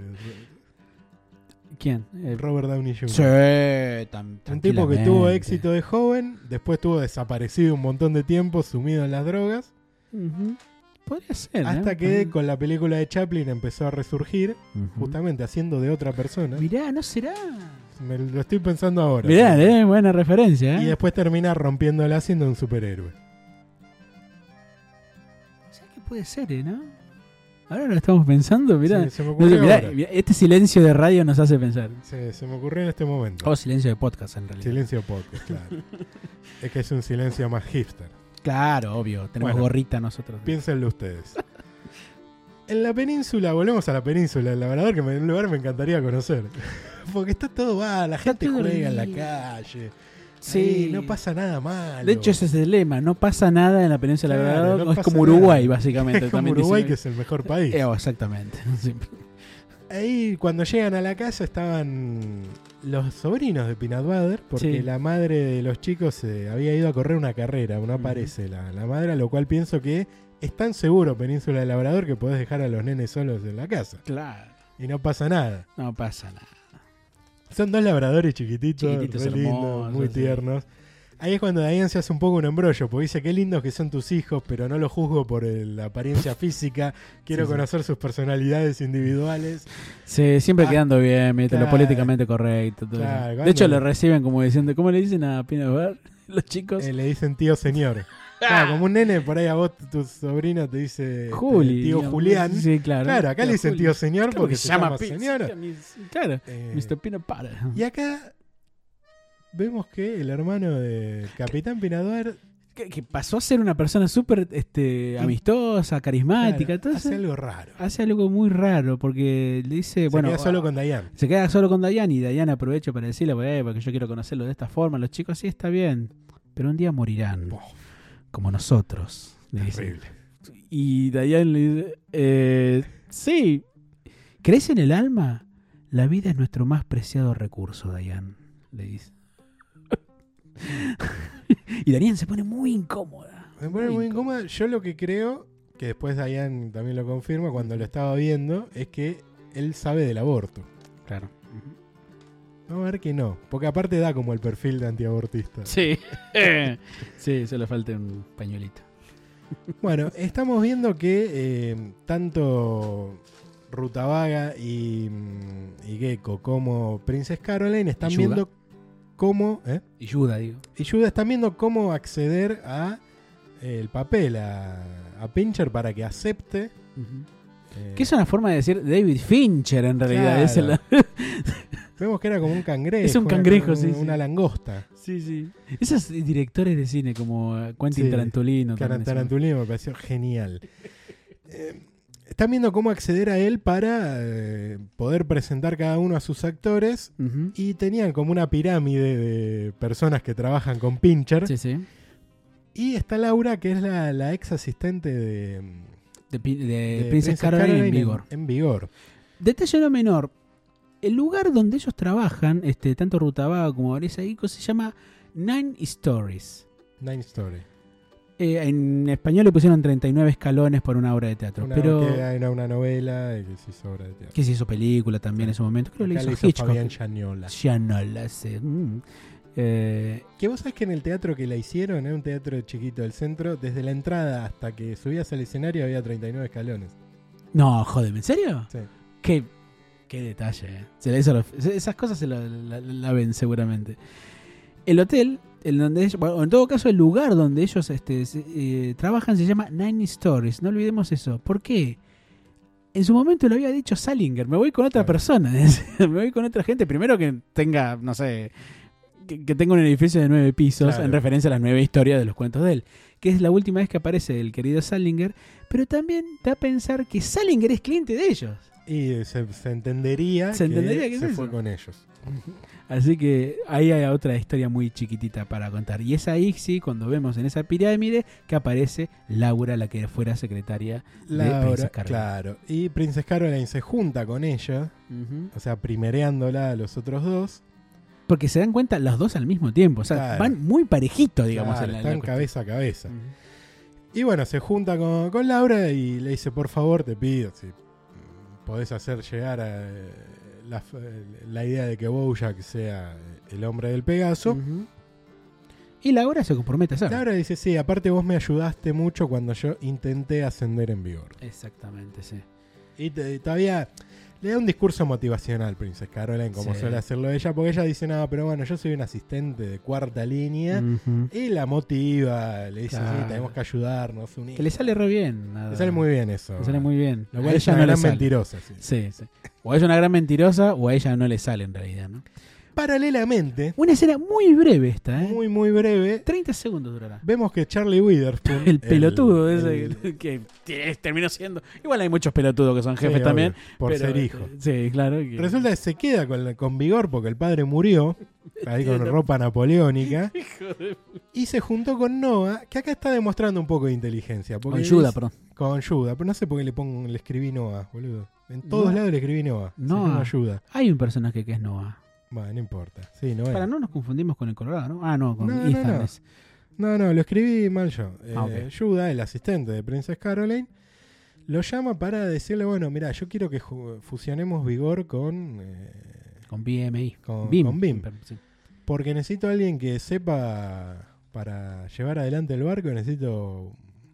[SPEAKER 2] ¿Quién? Eh, El-
[SPEAKER 1] Robert Downey Jr.
[SPEAKER 2] Sí, tan-
[SPEAKER 1] Un tipo que tuvo
[SPEAKER 2] tranquilamente.
[SPEAKER 1] éxito de joven, después estuvo desaparecido un montón de tiempo, sumido en las drogas.
[SPEAKER 2] Ujú. Podría ser.
[SPEAKER 1] Hasta
[SPEAKER 2] ¿eh?
[SPEAKER 1] que
[SPEAKER 2] Podría-
[SPEAKER 1] con la película de Chaplin empezó a resurgir,
[SPEAKER 2] Ujú.
[SPEAKER 1] justamente haciendo de otra persona.
[SPEAKER 2] Mirá, no será.
[SPEAKER 1] Me lo estoy pensando ahora.
[SPEAKER 2] Mirá, eh, buena referencia.
[SPEAKER 1] Y
[SPEAKER 2] ¿eh?
[SPEAKER 1] después termina rompiéndola siendo un superhéroe.
[SPEAKER 2] ¿Sabes qué puede ser, eh, no? Ahora lo estamos pensando, mirá.
[SPEAKER 1] Sí, se me
[SPEAKER 2] No sé,
[SPEAKER 1] ocurrió
[SPEAKER 2] mirá,
[SPEAKER 1] ahora.
[SPEAKER 2] mirá, este silencio de radio nos hace pensar.
[SPEAKER 1] Sí, se me ocurrió en este momento.
[SPEAKER 2] O silencio de podcast, en realidad.
[SPEAKER 1] Silencio poco, claro. es que es un silencio más hipster.
[SPEAKER 2] Claro, obvio. Tenemos
[SPEAKER 1] Bueno.
[SPEAKER 2] gorrita nosotros.
[SPEAKER 1] Piénsenlo ustedes. En la península, volvemos a la península del Labrador, que me- un lugar me encantaría conocer. Porque está todo va, la gente
[SPEAKER 2] todo
[SPEAKER 1] juega en la
[SPEAKER 2] lindo.
[SPEAKER 1] calle.
[SPEAKER 2] Sí.
[SPEAKER 1] Ahí no pasa nada mal.
[SPEAKER 2] De hecho, ese es el lema. No pasa nada en la península
[SPEAKER 1] Claro,
[SPEAKER 2] de Labrador.
[SPEAKER 1] no
[SPEAKER 2] es
[SPEAKER 1] pasa
[SPEAKER 2] como Uruguay,
[SPEAKER 1] nada.
[SPEAKER 2] básicamente.
[SPEAKER 1] es como
[SPEAKER 2] también dicen-
[SPEAKER 1] Uruguay, que es el mejor país.
[SPEAKER 2] Eh, oh, exactamente. Sí.
[SPEAKER 1] Ahí cuando llegan a la casa estaban los sobrinos de Peanut Butter, porque
[SPEAKER 2] Sí.
[SPEAKER 1] la madre de los chicos eh, había ido a correr una carrera, no aparece la, la madre, a lo cual pienso que es tan seguro Península de Labrador que podés dejar a los nenes solos en la casa
[SPEAKER 2] Claro.
[SPEAKER 1] y no pasa nada.
[SPEAKER 2] No pasa nada.
[SPEAKER 1] Son dos labradores chiquititos,
[SPEAKER 2] Chiquititos,
[SPEAKER 1] re lindos,
[SPEAKER 2] hermosos,
[SPEAKER 1] muy
[SPEAKER 2] sí.
[SPEAKER 1] tiernos. Ahí es cuando Diane se hace un poco un embrollo, porque dice, qué lindos que son tus hijos, pero no los juzgo por eh, la apariencia física, quiero
[SPEAKER 2] Sí, sí.
[SPEAKER 1] conocer sus personalidades individuales.
[SPEAKER 2] Sí, siempre
[SPEAKER 1] Ah,
[SPEAKER 2] quedando bien, viste, lo
[SPEAKER 1] claro.
[SPEAKER 2] políticamente correcto. todo eso.
[SPEAKER 1] Claro,
[SPEAKER 2] de
[SPEAKER 1] cuando-
[SPEAKER 2] hecho, lo reciben como diciendo, ¿cómo le dicen a Pino Bar? Los chicos. Ah,
[SPEAKER 1] Eh, le dicen tío señor. Claro, Ah, como un nene, por ahí a vos tu sobrino te dice este,
[SPEAKER 2] Juli.
[SPEAKER 1] tío
[SPEAKER 2] digamos.
[SPEAKER 1] Julián.
[SPEAKER 2] Sí, claro.
[SPEAKER 1] Claro, acá le dicen
[SPEAKER 2] Juli.
[SPEAKER 1] tío señor
[SPEAKER 2] Claro
[SPEAKER 1] porque
[SPEAKER 2] que
[SPEAKER 1] se llama
[SPEAKER 2] Pete,
[SPEAKER 1] señor.
[SPEAKER 2] sí, Claro,
[SPEAKER 1] Eh,
[SPEAKER 2] Mr. Pino para.
[SPEAKER 1] y acá vemos que el hermano de Capitán Pinaduar
[SPEAKER 2] Que, que pasó a ser una persona súper este, amistosa, carismática, todo eso.
[SPEAKER 1] hace algo raro.
[SPEAKER 2] hace algo muy raro porque le dice,
[SPEAKER 1] Se
[SPEAKER 2] bueno, ah.
[SPEAKER 1] queda solo con Dayan.
[SPEAKER 2] se queda solo con Dayan y Dayan aprovecha para decirle, "Eh, porque yo quiero conocerlo de esta forma, los chicos sí está bien, pero un día morirán,
[SPEAKER 1] Pof.
[SPEAKER 2] como nosotros. le dice.
[SPEAKER 1] Terrible.
[SPEAKER 2] Y Dayan le dice, "Eh, sí, ¿crees en el alma? La vida es nuestro más preciado recurso, Dayan, le dice. y Dayan se pone muy incómoda.
[SPEAKER 1] Me pone muy incómoda. Yo lo que creo, que después Dayan también lo confirma cuando lo estaba viendo, es que él sabe del aborto.
[SPEAKER 2] Claro.
[SPEAKER 1] Vamos a ver que no. Porque aparte da como el perfil de antiabortista.
[SPEAKER 2] Sí. sí, solo falta un pañuelito.
[SPEAKER 1] Bueno, estamos viendo que eh, tanto Rutavaga y, mm, y Gecko como Princess Caroline están
[SPEAKER 2] Y Yuga.
[SPEAKER 1] viendo cómo. ¿eh?
[SPEAKER 2] Y Yuda, digo.
[SPEAKER 1] Y Yuda están viendo cómo acceder a eh, el papel, a, a Pincher para que acepte. eh,
[SPEAKER 2] Que es una forma de decir David Fincher en realidad.
[SPEAKER 1] Claro.
[SPEAKER 2] Es el-
[SPEAKER 1] Vemos que era como un cangrejo.
[SPEAKER 2] Es un
[SPEAKER 1] una-
[SPEAKER 2] cangrejo,
[SPEAKER 1] una,
[SPEAKER 2] sí, sí.
[SPEAKER 1] Una langosta.
[SPEAKER 2] sí, sí. Esos directores de cine como eh, Quentin
[SPEAKER 1] Sí.
[SPEAKER 2] Tarantulino. también es un-
[SPEAKER 1] Tarantulino me pareció genial. Eh, están viendo cómo acceder a él para eh, poder presentar cada uno a sus actores
[SPEAKER 2] Ujú.
[SPEAKER 1] Y tenían como una pirámide de personas que trabajan con Pincher.
[SPEAKER 2] Sí, sí.
[SPEAKER 1] Y está Laura, que es la, la ex asistente de,
[SPEAKER 2] De, Pi- de
[SPEAKER 1] de
[SPEAKER 2] Eh, Princess, Caroline, en Vigor.
[SPEAKER 1] En, vigor.
[SPEAKER 2] Detalle no menor. El lugar donde ellos trabajan, este, tanto Rutabaga como Vanessa Ico, se llama Nine Stories.
[SPEAKER 1] Nine Story.
[SPEAKER 2] Eh, en español le pusieron 39 escalones por una obra de teatro.
[SPEAKER 1] Una,
[SPEAKER 2] pero
[SPEAKER 1] que era una novela y que se hizo obra de teatro.
[SPEAKER 2] que se hizo película también en su momento. Creo que
[SPEAKER 1] Acá
[SPEAKER 2] lo
[SPEAKER 1] la
[SPEAKER 2] hizo Hitchcock.
[SPEAKER 1] Fabián Giannola.
[SPEAKER 2] Ya no la sé. Mm. Eh,
[SPEAKER 1] Que vos sabés que en el teatro que la hicieron, era un teatro chiquito del centro, desde la entrada hasta que subías al escenario había 39 escalones.
[SPEAKER 2] no, jodeme, ¿en serio?
[SPEAKER 1] Sí.
[SPEAKER 2] Qué, qué detalle. eh. Se le hizo la- se- esas cosas se la, la- la ven seguramente. El hotel, en donde ellos- bueno, en todo caso el lugar donde ellos este, se- eh, trabajan se llama Nine Stories. No olvidemos eso. ¿Por qué? En su momento lo había dicho Salinger. Me voy con otra
[SPEAKER 1] Claro.
[SPEAKER 2] persona. me voy con otra gente. Primero que tenga, no sé, que, que tenga un edificio de nueve pisos
[SPEAKER 1] Claro.
[SPEAKER 2] en referencia a las nueve historias de los cuentos de él. Que es la última vez que aparece el querido Salinger. Pero también da a pensar que Salinger es cliente de ellos.
[SPEAKER 1] Y se, se entendería,
[SPEAKER 2] Se entendería que es
[SPEAKER 1] se
[SPEAKER 2] eso.
[SPEAKER 1] fue con ellos.
[SPEAKER 2] Así que ahí hay otra historia muy chiquitita para contar. Y es ahí, sí, cuando vemos en esa pirámide que aparece Laura, la que fuera secretaria. Princess
[SPEAKER 1] Laura,
[SPEAKER 2] Caroline.
[SPEAKER 1] claro. Y Princess Caroline se junta con ella, o sea, primereándola a los otros dos.
[SPEAKER 2] Porque se dan cuenta las dos al mismo tiempo. O sea,
[SPEAKER 1] Claro.
[SPEAKER 2] van muy parejitos, digamos.
[SPEAKER 1] Claro,
[SPEAKER 2] en la- en la
[SPEAKER 1] están
[SPEAKER 2] cuestión. Mm.
[SPEAKER 1] cabeza a cabeza. Y bueno, se junta con, con Laura y le dice, por favor, te pido, si podés hacer llegar a, eh, la, f- la idea de que Bojack sea el hombre del Pegaso.
[SPEAKER 2] Ujú. Y Laura se compromete a hacerlo.
[SPEAKER 1] Laura dice, sí, aparte vos me ayudaste mucho cuando yo intenté ascender en vigor.
[SPEAKER 2] Exactamente, sí.
[SPEAKER 1] Y te- todavía le da un discurso motivacional, Princess Caroline, como
[SPEAKER 2] Sí.
[SPEAKER 1] suele hacerlo ella, porque ella dice, no, pero bueno, yo soy un asistente de cuarta línea.
[SPEAKER 2] Ujú.
[SPEAKER 1] Y la motiva, le dice, sí,
[SPEAKER 2] Claro.
[SPEAKER 1] tenemos que ayudarnos, unir.
[SPEAKER 2] Que le sale re bien.
[SPEAKER 1] Le sale muy bien eso.
[SPEAKER 2] Le sale muy bien. Lo
[SPEAKER 1] Lo
[SPEAKER 2] cual
[SPEAKER 1] es
[SPEAKER 2] ella
[SPEAKER 1] una
[SPEAKER 2] no le
[SPEAKER 1] gran
[SPEAKER 2] sale.
[SPEAKER 1] mentirosa. sí.
[SPEAKER 2] Sí, sí. O es una gran mentirosa o a ella no le sale en realidad, ¿no?
[SPEAKER 1] Paralelamente,
[SPEAKER 2] Una escena muy breve esta, ¿eh?
[SPEAKER 1] muy muy breve,
[SPEAKER 2] 30 segundos durará.
[SPEAKER 1] vemos que Charlie Witherspoon...
[SPEAKER 2] El pelotudo ese
[SPEAKER 1] el-
[SPEAKER 2] que que terminó siendo. Igual hay muchos pelotudos que son
[SPEAKER 1] sí,
[SPEAKER 2] jefes
[SPEAKER 1] obvio,
[SPEAKER 2] también.
[SPEAKER 1] Por
[SPEAKER 2] pero,
[SPEAKER 1] ser hijo.
[SPEAKER 2] eh, Sí, claro. que-
[SPEAKER 1] Resulta que se queda con, la- con vigor porque el padre murió, ahí con
[SPEAKER 2] Entiendo.
[SPEAKER 1] ropa napoleónica,
[SPEAKER 2] Hijo de-
[SPEAKER 1] y se juntó con Noah, que acá está demostrando un poco de inteligencia. porque
[SPEAKER 2] Con Yuda,
[SPEAKER 1] dice-
[SPEAKER 2] perdón.
[SPEAKER 1] Con ayuda, pero no sé por qué le, pongo, le escribí Noah, boludo. En todos
[SPEAKER 2] Noah.
[SPEAKER 1] lados le escribí Noah.
[SPEAKER 2] Noah.
[SPEAKER 1] No ayuda.
[SPEAKER 2] Hay un personaje que es Noah.
[SPEAKER 1] Bueno, no importa. Sí, Noah.
[SPEAKER 2] Para no nos confundimos con el Colorado, ¿no? Ah, no, con
[SPEAKER 1] No, no,
[SPEAKER 2] Ethan.
[SPEAKER 1] no.
[SPEAKER 2] es-
[SPEAKER 1] No, no, lo escribí mal yo. Eh,
[SPEAKER 2] Ah, ok.
[SPEAKER 1] Yuda, el asistente de Princess Caroline, lo llama para decirle, bueno, mira, yo quiero que ju- fusionemos vigor con, eh,
[SPEAKER 2] Con BMI.
[SPEAKER 1] con,
[SPEAKER 2] BIM.
[SPEAKER 1] con BIM,
[SPEAKER 2] Sí.
[SPEAKER 1] Porque necesito a alguien que sepa para llevar adelante el barco, necesito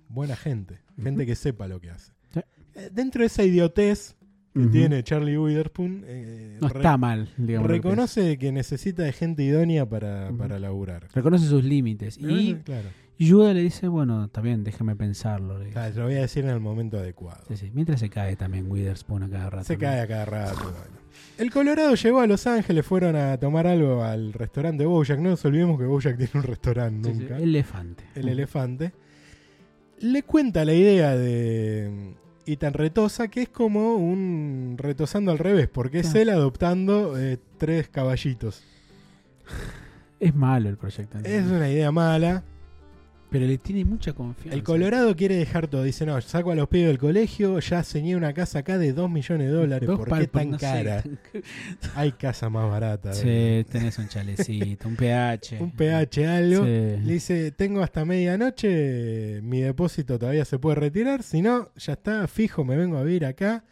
[SPEAKER 1] buena gente, gente que sepa lo que hace.
[SPEAKER 2] Sí.
[SPEAKER 1] Eh, Dentro de esa idiotez que
[SPEAKER 2] Ujú.
[SPEAKER 1] tiene Charlie Witherspoon, eh,
[SPEAKER 2] No
[SPEAKER 1] re-
[SPEAKER 2] está mal, digamos. lo que pienso.
[SPEAKER 1] reconoce que necesita de gente idónea para,
[SPEAKER 2] Ujú.
[SPEAKER 1] para laburar.
[SPEAKER 2] Reconoce sus límites.
[SPEAKER 1] Eh,
[SPEAKER 2] Y
[SPEAKER 1] claro,
[SPEAKER 2] Yuda le dice, bueno, está bien, déjame pensarlo. le dice.
[SPEAKER 1] Ah, te lo voy a decir en el momento adecuado.
[SPEAKER 2] Sí, sí. Mientras se cae también Witherspoon a cada rato.
[SPEAKER 1] Se
[SPEAKER 2] ¿no?
[SPEAKER 1] cae a cada rato. bueno. El Colorado llegó a Los Ángeles, fueron a tomar algo al restaurante Bojack. No nos olvidemos que Bojack tiene un restaurante
[SPEAKER 2] Sí, sí,
[SPEAKER 1] nunca. El,
[SPEAKER 2] Elefante.
[SPEAKER 1] elefante. Le cuenta la idea de mm, Ethan Retosa, que es como un retosando al revés, porque es
[SPEAKER 2] Claro.
[SPEAKER 1] él adoptando eh, tres caballitos.
[SPEAKER 2] Es malo el proyecto.
[SPEAKER 1] Es
[SPEAKER 2] ¿entendés?
[SPEAKER 1] una idea mala.
[SPEAKER 2] Pero le tiene mucha confianza.
[SPEAKER 1] El Colorado quiere dejar todo. Dice, no, saco a los pibes del colegio, ya ceñé una casa acá de 2 millones de dólares.
[SPEAKER 2] Dos
[SPEAKER 1] ¿Por
[SPEAKER 2] pal-
[SPEAKER 1] qué tan
[SPEAKER 2] no sé,
[SPEAKER 1] cara? Hay casa más barata.
[SPEAKER 2] Sí, tenés un chalecito, un pH.
[SPEAKER 1] Un pH algo. Le
[SPEAKER 2] Sí.
[SPEAKER 1] dice, tengo hasta medianoche, mi depósito todavía se puede retirar, si no, ya está, fijo, me vengo a vivir acá.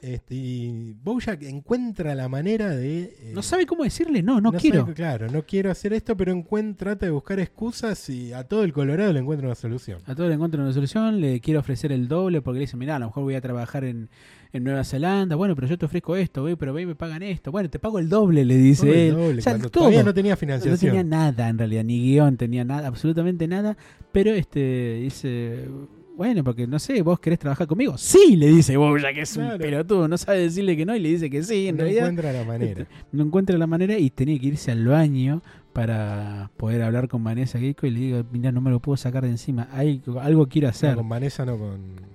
[SPEAKER 1] Este, y Bojack encuentra la manera de... eh,
[SPEAKER 2] No sabe cómo decirle, no, no,
[SPEAKER 1] no
[SPEAKER 2] quiero.
[SPEAKER 1] sabe- claro, no quiero hacer esto, pero encuentra, trata de buscar excusas y a todo el Colorado le encuentra una solución.
[SPEAKER 2] A todo le encuentro una solución, le quiero ofrecer el doble porque le dice, mirá, a lo mejor voy a trabajar en, en Nueva Zelanda, bueno, pero yo te ofrezco esto, güey, pero ve, me pagan esto, bueno, te pago el doble, le dice
[SPEAKER 1] Todo el
[SPEAKER 2] él.
[SPEAKER 1] doble,
[SPEAKER 2] O sea,
[SPEAKER 1] cuando
[SPEAKER 2] todo.
[SPEAKER 1] Todavía no tenía
[SPEAKER 2] No
[SPEAKER 1] financiación.
[SPEAKER 2] tenía nada en realidad, ni guión tenía nada, absolutamente nada. Pero este dice, bueno, porque no sé, vos querés trabajar conmigo. Sí, le dice vos, ya que es un
[SPEAKER 1] Claro.
[SPEAKER 2] pelotudo, no sabe decirle que no y le dice que sí, en
[SPEAKER 1] No
[SPEAKER 2] realidad. Este,
[SPEAKER 1] encuentra la manera.
[SPEAKER 2] No encuentra la manera y tenía que irse al baño para poder hablar con Vanessa Geico y le digo, mira, no me lo puedo sacar de encima, Hay, algo quiero
[SPEAKER 1] No,
[SPEAKER 2] hacer.
[SPEAKER 1] con Vanessa, no con,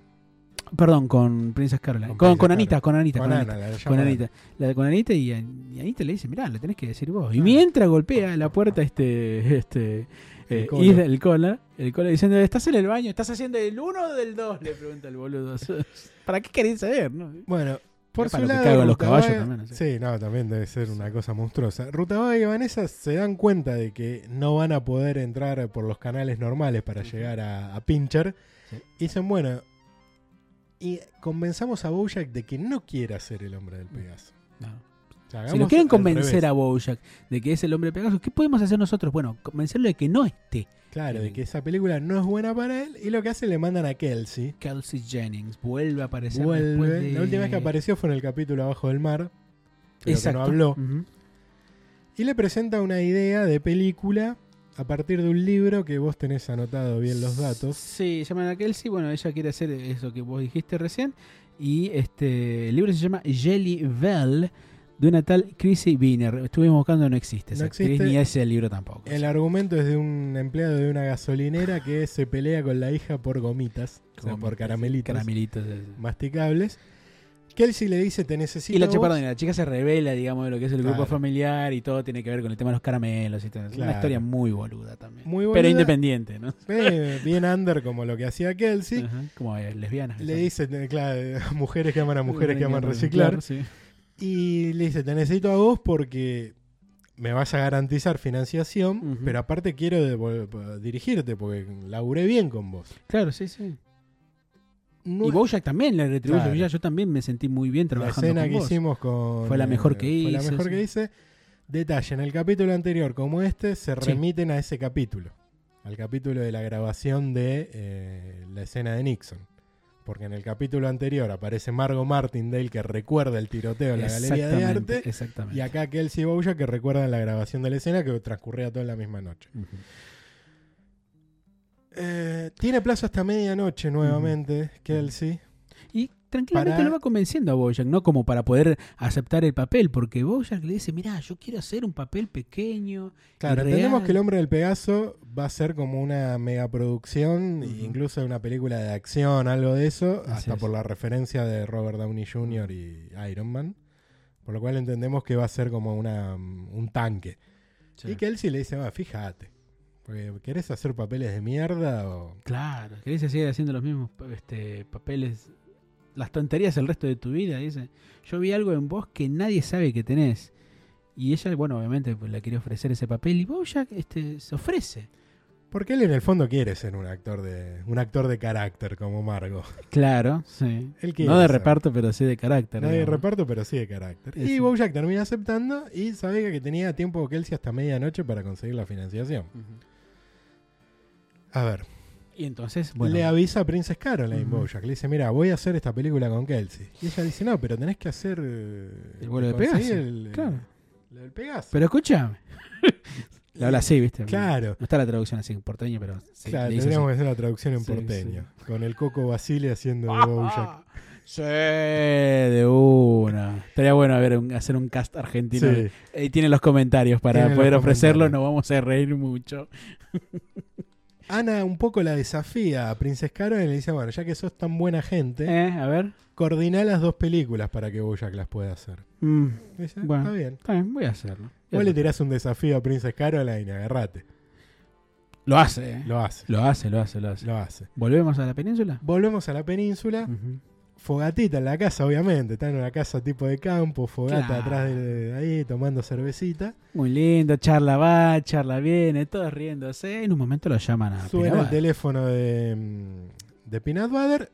[SPEAKER 2] Perdón, con Princess Caroline,
[SPEAKER 1] Con
[SPEAKER 2] con,
[SPEAKER 1] Princess
[SPEAKER 2] con Anita, con Anita,
[SPEAKER 1] con
[SPEAKER 2] con Anita.
[SPEAKER 1] Ana. la
[SPEAKER 2] Con
[SPEAKER 1] llama Ana.
[SPEAKER 2] Anita, la, con Anita y, An- y Anita le dice, mirá, lo tenés que decir vos. Y
[SPEAKER 1] Ah.
[SPEAKER 2] mientras golpea la puerta este, este,
[SPEAKER 1] El
[SPEAKER 2] eh,
[SPEAKER 1] cola.
[SPEAKER 2] Isla- el cola, el cola diciendo, ¿estás en el baño? ¿Estás haciendo el uno o del dos? Le pregunta el boludo. ¿Para qué querés saber? no?
[SPEAKER 1] Bueno, por
[SPEAKER 2] Capaz
[SPEAKER 1] su
[SPEAKER 2] lo que
[SPEAKER 1] lado.
[SPEAKER 2] cago a los
[SPEAKER 1] Rutabaga-
[SPEAKER 2] caballos también, así.
[SPEAKER 1] Sí, no, también debe ser una cosa monstruosa. Rutabaga y Vanessa se dan cuenta de que no van a poder entrar por los canales normales para
[SPEAKER 2] Ujú.
[SPEAKER 1] llegar a, a Pincher.
[SPEAKER 2] Sí.
[SPEAKER 1] Y dicen, bueno. Y convenzamos a Bojack de que no quiera ser el hombre del Pegaso.
[SPEAKER 2] No.
[SPEAKER 1] O sea,
[SPEAKER 2] Mm. Si lo
[SPEAKER 1] hagamos
[SPEAKER 2] quieren
[SPEAKER 1] al
[SPEAKER 2] convencer
[SPEAKER 1] revés.
[SPEAKER 2] a Bojack de que es el hombre Pegaso, ¿qué podemos hacer nosotros? Bueno, convencerlo de que no esté
[SPEAKER 1] Claro, de que esa película no es buena para él y lo que hace le mandan a Kelsey.
[SPEAKER 2] Kelsey Jennings. Vuelve a aparecer.
[SPEAKER 1] Vuelve.
[SPEAKER 2] después de-
[SPEAKER 1] La última vez que apareció fue en el capítulo Abajo del Mar. Pero que
[SPEAKER 2] Exacto.
[SPEAKER 1] no habló.
[SPEAKER 2] Ujú.
[SPEAKER 1] Y le presenta una idea de película a partir de un libro que vos tenés anotado bien los datos.
[SPEAKER 2] Sí, llaman a Kelsey. Bueno, ella quiere hacer eso que vos dijiste recién. Y este el libro se llama Jelly Bell de una tal Chrissy Biner. Estuvimos buscando, no existe. esa
[SPEAKER 1] No
[SPEAKER 2] actriz,
[SPEAKER 1] existe.
[SPEAKER 2] ni ese libro tampoco.
[SPEAKER 1] El argumento es de un empleado de una gasolinera que se pelea con la hija por gomitas, o sea,
[SPEAKER 2] Como-
[SPEAKER 1] por caramelitos
[SPEAKER 2] Caramelitos. eso.
[SPEAKER 1] masticables. Kelsey le dice, te necesito.
[SPEAKER 2] Y la,
[SPEAKER 1] vos".
[SPEAKER 2] perdón, y la chica se revela, digamos, de lo que es el grupo
[SPEAKER 1] Claro.
[SPEAKER 2] familiar y todo tiene que ver con el tema de los caramelos y todo. Es
[SPEAKER 1] Claro.
[SPEAKER 2] una historia muy boluda también.
[SPEAKER 1] Muy
[SPEAKER 2] Pero
[SPEAKER 1] boluda.
[SPEAKER 2] independiente, ¿no?
[SPEAKER 1] Eh, bien under como lo que hacía Kelsey.
[SPEAKER 2] Ajá, Como eh, lesbianas.
[SPEAKER 1] Le
[SPEAKER 2] ¿no?
[SPEAKER 1] dice, eh, claro, mujeres que aman a mujeres que aman reciclar.
[SPEAKER 2] sí.
[SPEAKER 1] Y le dice, te necesito a vos porque me vas a garantizar financiación,
[SPEAKER 2] Ujú.
[SPEAKER 1] pero aparte quiero devol- dirigirte porque laburé bien con vos.
[SPEAKER 2] Claro, sí, sí.
[SPEAKER 1] No
[SPEAKER 2] y
[SPEAKER 1] es-
[SPEAKER 2] Bojack también le retribuye.
[SPEAKER 1] Claro.
[SPEAKER 2] Mira, yo también me sentí muy bien
[SPEAKER 1] la
[SPEAKER 2] trabajando
[SPEAKER 1] escena
[SPEAKER 2] con
[SPEAKER 1] que
[SPEAKER 2] vos.
[SPEAKER 1] hicimos con...
[SPEAKER 2] Fue la mejor que
[SPEAKER 1] Fue la
[SPEAKER 2] hice,
[SPEAKER 1] mejor
[SPEAKER 2] sí.
[SPEAKER 1] que hice. Detalle, en el capítulo anterior como este se
[SPEAKER 2] Sí.
[SPEAKER 1] remiten a ese capítulo, al capítulo de la grabación de eh, la escena de Nixon. Porque en el capítulo anterior aparece Margo Martindale que recuerda el tiroteo en la galería de
[SPEAKER 2] Exactamente,
[SPEAKER 1] arte
[SPEAKER 2] Exactamente.
[SPEAKER 1] Y acá Kelsey Bouya que recuerdan la grabación de la escena que transcurría toda la misma noche.
[SPEAKER 2] Ujú.
[SPEAKER 1] Eh, tiene plazo hasta medianoche nuevamente, Kelsey.
[SPEAKER 2] Y tranquilamente
[SPEAKER 1] Para-
[SPEAKER 2] lo va convenciendo a Bojack, ¿no? Como para poder aceptar el papel, porque Bojack le dice, mira, yo quiero hacer un papel pequeño.
[SPEAKER 1] Claro,
[SPEAKER 2] Irreal.
[SPEAKER 1] entendemos que El Hombre del Pegaso va a ser como una megaproducción,
[SPEAKER 2] Ujú.
[SPEAKER 1] incluso una película de acción, algo de eso,
[SPEAKER 2] Así
[SPEAKER 1] hasta
[SPEAKER 2] es.
[SPEAKER 1] por la referencia de Robert Downey Jr. y Iron Man. Por lo cual entendemos que va a ser como una, mm, un tanque. Y Kelsey le dice, va, fíjate, porque ¿querés hacer papeles de mierda o...?
[SPEAKER 2] Claro, querés seguir haciendo los mismos este, papeles, las tonterías el resto de tu vida, dice. Yo vi algo en vos que nadie sabe que tenés. Y ella, bueno, obviamente pues, le quiere ofrecer ese papel y Bojack este, se ofrece.
[SPEAKER 1] Porque él en el fondo quiere ser un actor de un actor de carácter como Margo.
[SPEAKER 2] Claro, sí.
[SPEAKER 1] Él quiere
[SPEAKER 2] No de
[SPEAKER 1] ser.
[SPEAKER 2] reparto, pero sí de carácter.
[SPEAKER 1] No de
[SPEAKER 2] digamos.
[SPEAKER 1] reparto, pero sí de carácter.
[SPEAKER 2] Sí,
[SPEAKER 1] Y
[SPEAKER 2] sí.
[SPEAKER 1] Bojack termina aceptando y sabía que tenía tiempo Kelsey hasta medianoche para conseguir la financiación.
[SPEAKER 2] Ujú.
[SPEAKER 1] A ver,
[SPEAKER 2] Y entonces, bueno,
[SPEAKER 1] le avisa a Princess Caroline
[SPEAKER 2] Ujú.
[SPEAKER 1] Bojack. Le dice, mira, voy a hacer esta película con Kelsey. Y ella dice, no, pero tenés que hacer... El
[SPEAKER 2] vuelo de Pegaso.
[SPEAKER 1] El,
[SPEAKER 2] claro.
[SPEAKER 1] lo del Pegaso.
[SPEAKER 2] Pero escúchame. Le habla así, ¿viste?
[SPEAKER 1] Claro.
[SPEAKER 2] No está la traducción así en porteño, pero sí,
[SPEAKER 1] claro,
[SPEAKER 2] le dice
[SPEAKER 1] tendríamos que hacer la traducción en
[SPEAKER 2] Sí,
[SPEAKER 1] porteño. Con el Coco Basile haciendo de Bojack.
[SPEAKER 2] Ah, Sí, de una. Estaría bueno a ver, un- hacer un cast argentino.
[SPEAKER 1] Sí.
[SPEAKER 2] Ahí tienen los comentarios para
[SPEAKER 1] Tienen los
[SPEAKER 2] poder ofrecerlo.
[SPEAKER 1] comentarios.
[SPEAKER 2] Nos vamos a reír mucho.
[SPEAKER 1] Ana un poco la desafía a Princess Caroline y le dice, bueno, ya que sos tan buena gente,
[SPEAKER 2] Eh, a ver.
[SPEAKER 1] coordiná las dos películas para que Bojack las pueda hacer.
[SPEAKER 2] Mm,
[SPEAKER 1] Y dice, "Ah,
[SPEAKER 2] Bueno.
[SPEAKER 1] está bien.
[SPEAKER 2] está bien, voy a hacerlo.
[SPEAKER 1] Vos le tirás un desafío a Princess Caroline y agarrate.
[SPEAKER 2] Lo hace, eh.
[SPEAKER 1] Lo hace,
[SPEAKER 2] Lo hace, lo hace, lo hace.
[SPEAKER 1] lo hace.
[SPEAKER 2] ¿Volvemos a la península?
[SPEAKER 1] Volvemos a la península.
[SPEAKER 2] Ujú.
[SPEAKER 1] Fogatita en la casa, obviamente. Está en una casa tipo de campo, fogata
[SPEAKER 2] Claro.
[SPEAKER 1] atrás de, de ahí, tomando cervecita.
[SPEAKER 2] Muy lindo, charla va, charla viene, todos riéndose. En un momento lo llaman a
[SPEAKER 1] Suena
[SPEAKER 2] Pirabar.
[SPEAKER 1] el teléfono de, mm, de Peanut Butter.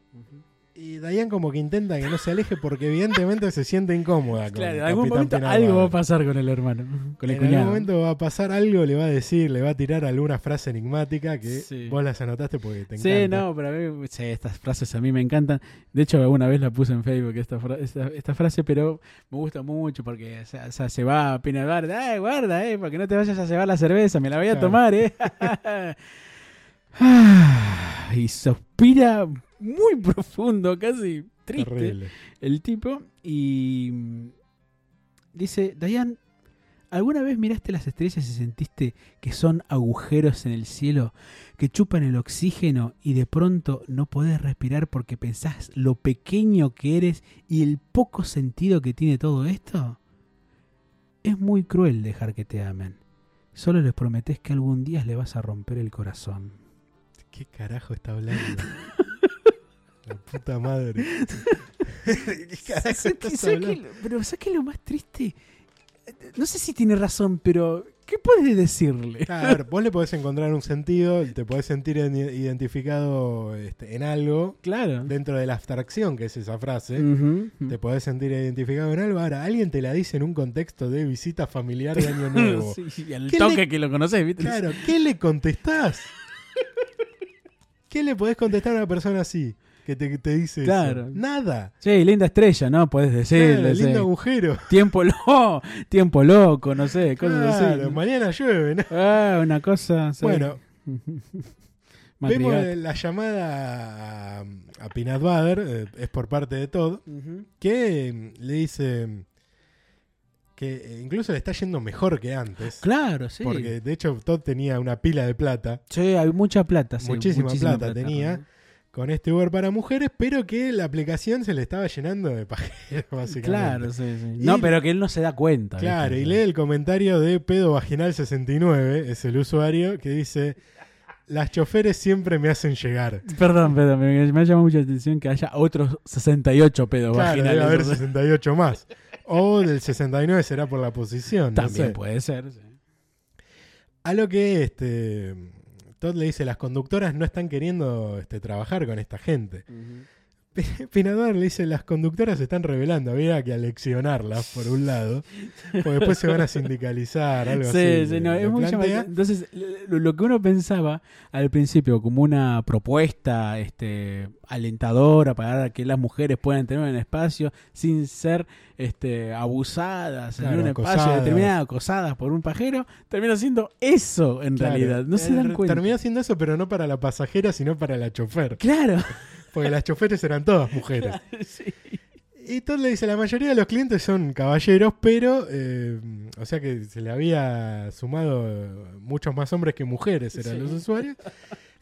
[SPEAKER 1] Y Diane como que intenta que no se aleje porque evidentemente se siente incómoda. Con
[SPEAKER 2] Claro, en
[SPEAKER 1] Capitán
[SPEAKER 2] algún momento
[SPEAKER 1] Peanut
[SPEAKER 2] algo va a
[SPEAKER 1] Butter.
[SPEAKER 2] pasar con el hermano, con el
[SPEAKER 1] en
[SPEAKER 2] cuñado.
[SPEAKER 1] algún momento va a pasar algo, le va a decir, le va a tirar alguna frase enigmática que
[SPEAKER 2] Sí.
[SPEAKER 1] vos las anotaste porque te
[SPEAKER 2] Sí,
[SPEAKER 1] encanta.
[SPEAKER 2] no, pero a mí, sí, estas frases a mí me encantan. De hecho, alguna vez la puse en Facebook esta, fra- esta, esta frase, pero me gusta mucho porque o sea, o sea, se va a Pina Bar, "Ay, guarda, eh, porque no te vayas a llevar la cerveza, me la voy a
[SPEAKER 1] Claro.
[SPEAKER 2] tomar, eh. Ah, y suspira muy profundo, casi triste
[SPEAKER 1] Terrible.
[SPEAKER 2] el tipo y mm, dice, Dayan, ¿alguna vez miraste las estrellas y sentiste que son agujeros en el cielo que chupan el oxígeno y de pronto no podés respirar porque pensás lo pequeño que eres y el poco sentido que tiene todo esto? Es muy cruel dejar que te amen. Solo les prometés que algún día le vas a romper el corazón.
[SPEAKER 1] ¿Qué carajo está hablando? La puta madre. ¿Qué carajo
[SPEAKER 2] ¿Sabes qué-
[SPEAKER 1] estás
[SPEAKER 2] sabes qué-
[SPEAKER 1] hablando?
[SPEAKER 2] pero ¿sabes qué es lo más triste? No sé si tiene razón, pero ¿Qué puedes decirle?
[SPEAKER 1] Claro, a ver, vos le podés encontrar un sentido, te podés sentir en- identificado este, en algo
[SPEAKER 2] Claro.
[SPEAKER 1] dentro de la abstracción que es esa frase.
[SPEAKER 2] Ujú.
[SPEAKER 1] Te podés sentir identificado en algo. Ahora, alguien te la dice en un contexto de visita familiar de Año Nuevo.
[SPEAKER 2] Sí, y al
[SPEAKER 1] ¿Qué
[SPEAKER 2] toque
[SPEAKER 1] le-
[SPEAKER 2] que lo conocés, ¿viste?
[SPEAKER 1] Claro, ¿qué le contestás? ¿Qué le podés contestar a una persona así que te, te dice eso?
[SPEAKER 2] Claro.
[SPEAKER 1] Nada.
[SPEAKER 2] Sí, linda estrella, ¿no? Podés decirle.
[SPEAKER 1] Claro,
[SPEAKER 2] sí.
[SPEAKER 1] lindo agujero.
[SPEAKER 2] Tiempo loco, tiempo loco, no sé, cosas
[SPEAKER 1] Claro,
[SPEAKER 2] así.
[SPEAKER 1] mañana llueve, ¿no?
[SPEAKER 2] Ah, una cosa. sí.
[SPEAKER 1] Bueno, vemos
[SPEAKER 2] Madrigal.
[SPEAKER 1] la llamada a, a Peanut Butter, eh, es por parte de Todd,
[SPEAKER 2] Ujú.
[SPEAKER 1] que eh, le dice que eh, incluso le está yendo mejor que antes.
[SPEAKER 2] Claro, sí.
[SPEAKER 1] Porque de hecho Todd tenía una pila de plata
[SPEAKER 2] Sí, hay mucha plata. sí,
[SPEAKER 1] Muchísima plata tenía.
[SPEAKER 2] ¿no?
[SPEAKER 1] con este Uber para mujeres, pero que la aplicación se le estaba llenando de pajero, básicamente.
[SPEAKER 2] Claro, sí, sí.
[SPEAKER 1] Y-
[SPEAKER 2] No, pero que él no se da cuenta.
[SPEAKER 1] Claro,
[SPEAKER 2] ¿viste?
[SPEAKER 1] y lee el comentario de Pedo Vaginal 69, es el usuario, que dice, las choferes siempre me hacen llegar.
[SPEAKER 2] Perdón, perdón, me, me ha llamado mucha atención que haya otros 68 pedos
[SPEAKER 1] Claro, debe
[SPEAKER 2] vaginales.
[SPEAKER 1] haber
[SPEAKER 2] o sea,
[SPEAKER 1] 68 más. O del 69 será por la posición. no
[SPEAKER 2] También
[SPEAKER 1] sé.
[SPEAKER 2] puede ser. sí.
[SPEAKER 1] A lo que este, Todd le dice, las conductoras no están queriendo este, trabajar con esta gente. Pinador le dice, las conductoras se están revelando, había que aleccionarlas por un lado, porque después se van a sindicalizar, algo
[SPEAKER 2] Sí,
[SPEAKER 1] así.
[SPEAKER 2] sí, no,
[SPEAKER 1] le
[SPEAKER 2] es muy
[SPEAKER 1] plantea.
[SPEAKER 2] llamativo. Entonces, lo, lo que uno pensaba al principio como una propuesta este, alentadora para que las mujeres puedan tener un espacio sin ser este, abusadas, en
[SPEAKER 1] Claro,
[SPEAKER 2] un espacio
[SPEAKER 1] acosadas.
[SPEAKER 2] determinado, acosadas por un pajero, termina siendo eso en
[SPEAKER 1] Claro,
[SPEAKER 2] realidad. No se
[SPEAKER 1] eh,
[SPEAKER 2] dan cuenta.
[SPEAKER 1] Terminó siendo eso, pero no para la pasajera, sino para la chofer.
[SPEAKER 2] Claro.
[SPEAKER 1] Porque las choferes eran todas mujeres.
[SPEAKER 2] Sí.
[SPEAKER 1] Y Todd le dice, la mayoría de los clientes son caballeros, pero, eh, o sea que se le había sumado eh, muchos más hombres que mujeres eran
[SPEAKER 2] Sí.
[SPEAKER 1] los usuarios.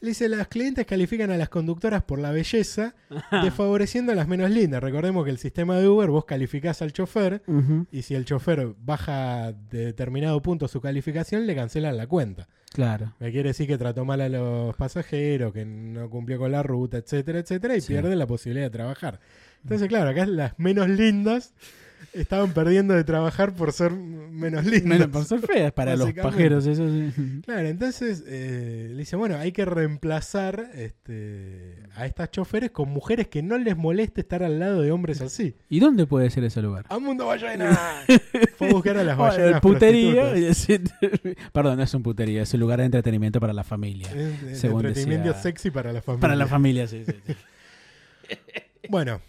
[SPEAKER 1] Le dice, las clientes califican a las conductoras por la belleza, desfavoreciendo a las menos lindas. Recordemos que el sistema de Uber, vos calificás al chofer
[SPEAKER 2] Ujú,
[SPEAKER 1] y si el chofer baja de determinado punto su calificación, le cancelan la cuenta.
[SPEAKER 2] Claro.
[SPEAKER 1] Me quiere decir que trató mal a los pasajeros, que no cumplió con la ruta, etcétera, etcétera, y
[SPEAKER 2] Sí.
[SPEAKER 1] pierde la posibilidad de trabajar. Entonces, claro, acá las menos lindas estaban perdiendo de trabajar por ser menos lindas.
[SPEAKER 2] Menos por ser feas para los
[SPEAKER 1] Básicamente.
[SPEAKER 2] pajeros, eso sí.
[SPEAKER 1] Claro, entonces eh, le dice, bueno, hay que reemplazar este, a estas choferes con mujeres que no les moleste estar al lado de hombres así.
[SPEAKER 2] ¿Y dónde puede ser ese lugar?
[SPEAKER 1] ¡A mundo ballena! Fue a buscar a las
[SPEAKER 2] Ah,
[SPEAKER 1] ballenas
[SPEAKER 2] el puterío.
[SPEAKER 1] prostitutas.
[SPEAKER 2] eh. Perdón, no es un puterío, es un lugar de entretenimiento para la familia.
[SPEAKER 1] Es- es
[SPEAKER 2] según
[SPEAKER 1] entretenimiento
[SPEAKER 2] decía-
[SPEAKER 1] sexy para la familia.
[SPEAKER 2] Para la familia, sí, sí, sí.
[SPEAKER 1] Bueno,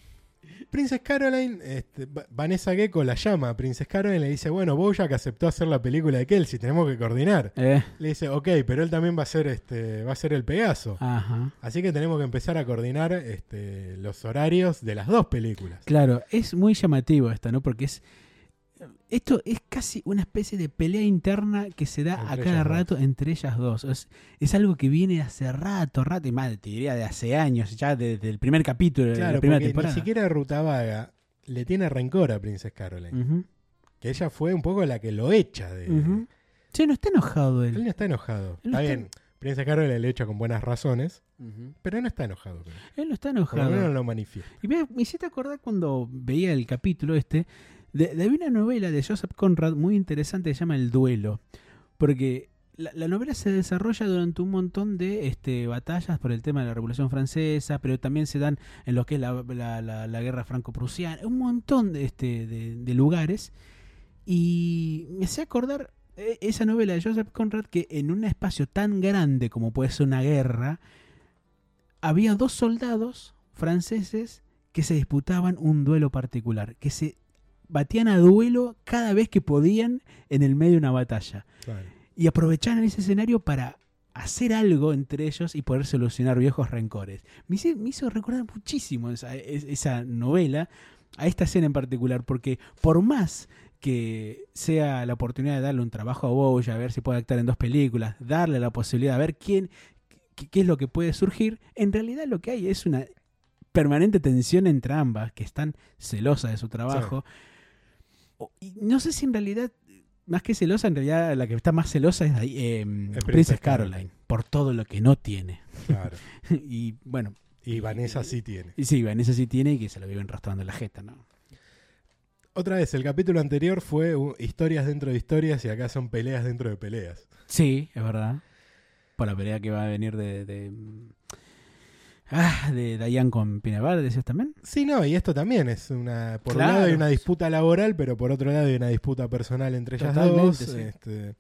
[SPEAKER 1] Princess Caroline, este, Va- Vanessa Gecko la llama a Princess Caroline y le dice, bueno, Bojack aceptó hacer la película de Kelsey, tenemos que coordinar.
[SPEAKER 2] Eh,
[SPEAKER 1] Le dice, ok, pero él también va a ser, este, va a ser el Pegaso.
[SPEAKER 2] ajá.
[SPEAKER 1] Así que tenemos que empezar a coordinar este, los horarios de las dos películas.
[SPEAKER 2] Claro, es muy llamativo esta, ¿no? Porque es. Esto es casi una especie de pelea interna que se da a
[SPEAKER 1] Entre
[SPEAKER 2] cada
[SPEAKER 1] ellas dos.
[SPEAKER 2] rato entre ellas dos. Es, es algo que viene hace rato, rato, y más, te diría de hace años, ya desde el primer capítulo de
[SPEAKER 1] Claro,
[SPEAKER 2] la primera
[SPEAKER 1] porque
[SPEAKER 2] temporada.
[SPEAKER 1] ni siquiera Rutavaga le tiene rencor a Princess Caroline,
[SPEAKER 2] Ujú,
[SPEAKER 1] que ella fue un poco la que lo echa de...
[SPEAKER 2] Mm. ujú. Che, no está enojado
[SPEAKER 1] Él
[SPEAKER 2] él.
[SPEAKER 1] no está enojado.
[SPEAKER 2] Él no
[SPEAKER 1] está
[SPEAKER 2] está-
[SPEAKER 1] bien, Princess Caroline le echa con buenas razones, pero no está enojado. con él.
[SPEAKER 2] Él no está
[SPEAKER 1] Por lo
[SPEAKER 2] enojado.
[SPEAKER 1] menos no lo manifiesta.
[SPEAKER 2] Y me, me hiciste acordar cuando veía el capítulo este de, de una novela de Joseph Conrad muy interesante que se llama El Duelo. Porque la, la novela se desarrolla durante un montón de este, batallas por el tema de la Revolución Francesa, pero también se dan en lo que es la, la- la- la guerra franco-prusiana, un montón de, este, de, de lugares. Y me hacía acordar eh, esa novela de Joseph Conrad que en un espacio tan grande como puede ser una guerra, había dos soldados franceses que se disputaban un duelo particular, que se batían a duelo cada vez que podían en el medio de una batalla.
[SPEAKER 1] Claro.
[SPEAKER 2] Y aprovechaban ese escenario para hacer algo entre ellos y poder solucionar viejos rencores. Me hizo, me hizo recordar muchísimo esa, es- esa novela, a esta escena en particular, porque por más que sea la oportunidad de darle un trabajo a Boya, a ver si puede actuar en dos películas, darle la posibilidad a ver quién, qué, qué es lo que puede surgir, en realidad lo que hay es una permanente tensión entre ambas, que están celosas de su trabajo. O- Y no sé si en realidad, más que celosa, en realidad la que está más celosa es ahí, eh,
[SPEAKER 1] Princess
[SPEAKER 2] Princess
[SPEAKER 1] Caroline.
[SPEAKER 2] Caroline, por todo lo que no tiene.
[SPEAKER 1] Claro.
[SPEAKER 2] y bueno,
[SPEAKER 1] Y Vanessa sí tiene.
[SPEAKER 2] y sí, Vanessa sí tiene y que se lo viven rastrando en la jeta, ¿no?
[SPEAKER 1] Otra vez, el capítulo anterior fue uh, historias dentro de historias y acá son peleas dentro de peleas.
[SPEAKER 2] Sí, es verdad. Por la pelea que va a venir de. de ah, de Dayan con Pinabar, decías también.
[SPEAKER 1] Sí, no, y esto también es una. Por un lado
[SPEAKER 2] Claro.
[SPEAKER 1] hay una disputa laboral, pero por otro lado hay una disputa personal entre ellas
[SPEAKER 2] Totalmente,
[SPEAKER 1] dos.
[SPEAKER 2] sí.
[SPEAKER 1] este.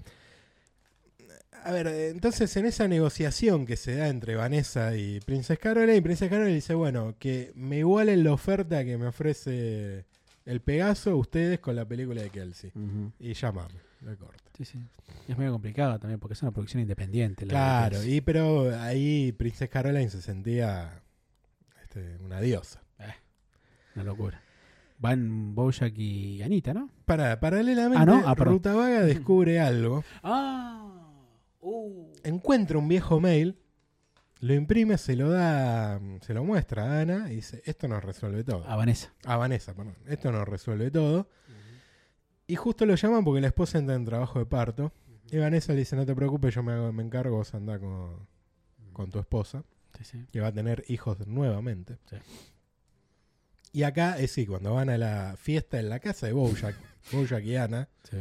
[SPEAKER 1] a ver, eh, entonces en esa negociación que se da entre Vanessa y Princess Caroline, Princess Caroline dice: Bueno, que me igualen la oferta que me ofrece el Pegaso ustedes con la película de Kelsey. Y llamame, lo corto.
[SPEAKER 2] Sí, sí. Y Es medio complicado también porque es una producción independiente. la
[SPEAKER 1] Claro,
[SPEAKER 2] verdad.
[SPEAKER 1] y pero ahí Princess Caroline se sentía este, una diosa.
[SPEAKER 2] Una locura. Van Bojack y Anita, ¿no?
[SPEAKER 1] Para, paralelamente,
[SPEAKER 2] Ah, ¿no? Ah, perdón.
[SPEAKER 1] Ruta Vaga descubre algo,
[SPEAKER 2] ¡Ah! ¡Uh!
[SPEAKER 1] encuentra un viejo mail, lo imprime, se lo da, se lo muestra a Ana y dice, esto nos resuelve todo.
[SPEAKER 2] A Vanessa.
[SPEAKER 1] A Vanessa, perdón, esto nos resuelve todo. Y justo lo llaman porque la esposa entra en trabajo de parto. Y Vanessa le dice, no te preocupes, yo me, hago- me encargo, vos andá con, con tu esposa.
[SPEAKER 2] Sí, sí.
[SPEAKER 1] que va a tener hijos nuevamente.
[SPEAKER 2] Sí.
[SPEAKER 1] Y acá es sí, cuando van a la fiesta en la casa de Bojack, Bojack y Ana,
[SPEAKER 2] Sí.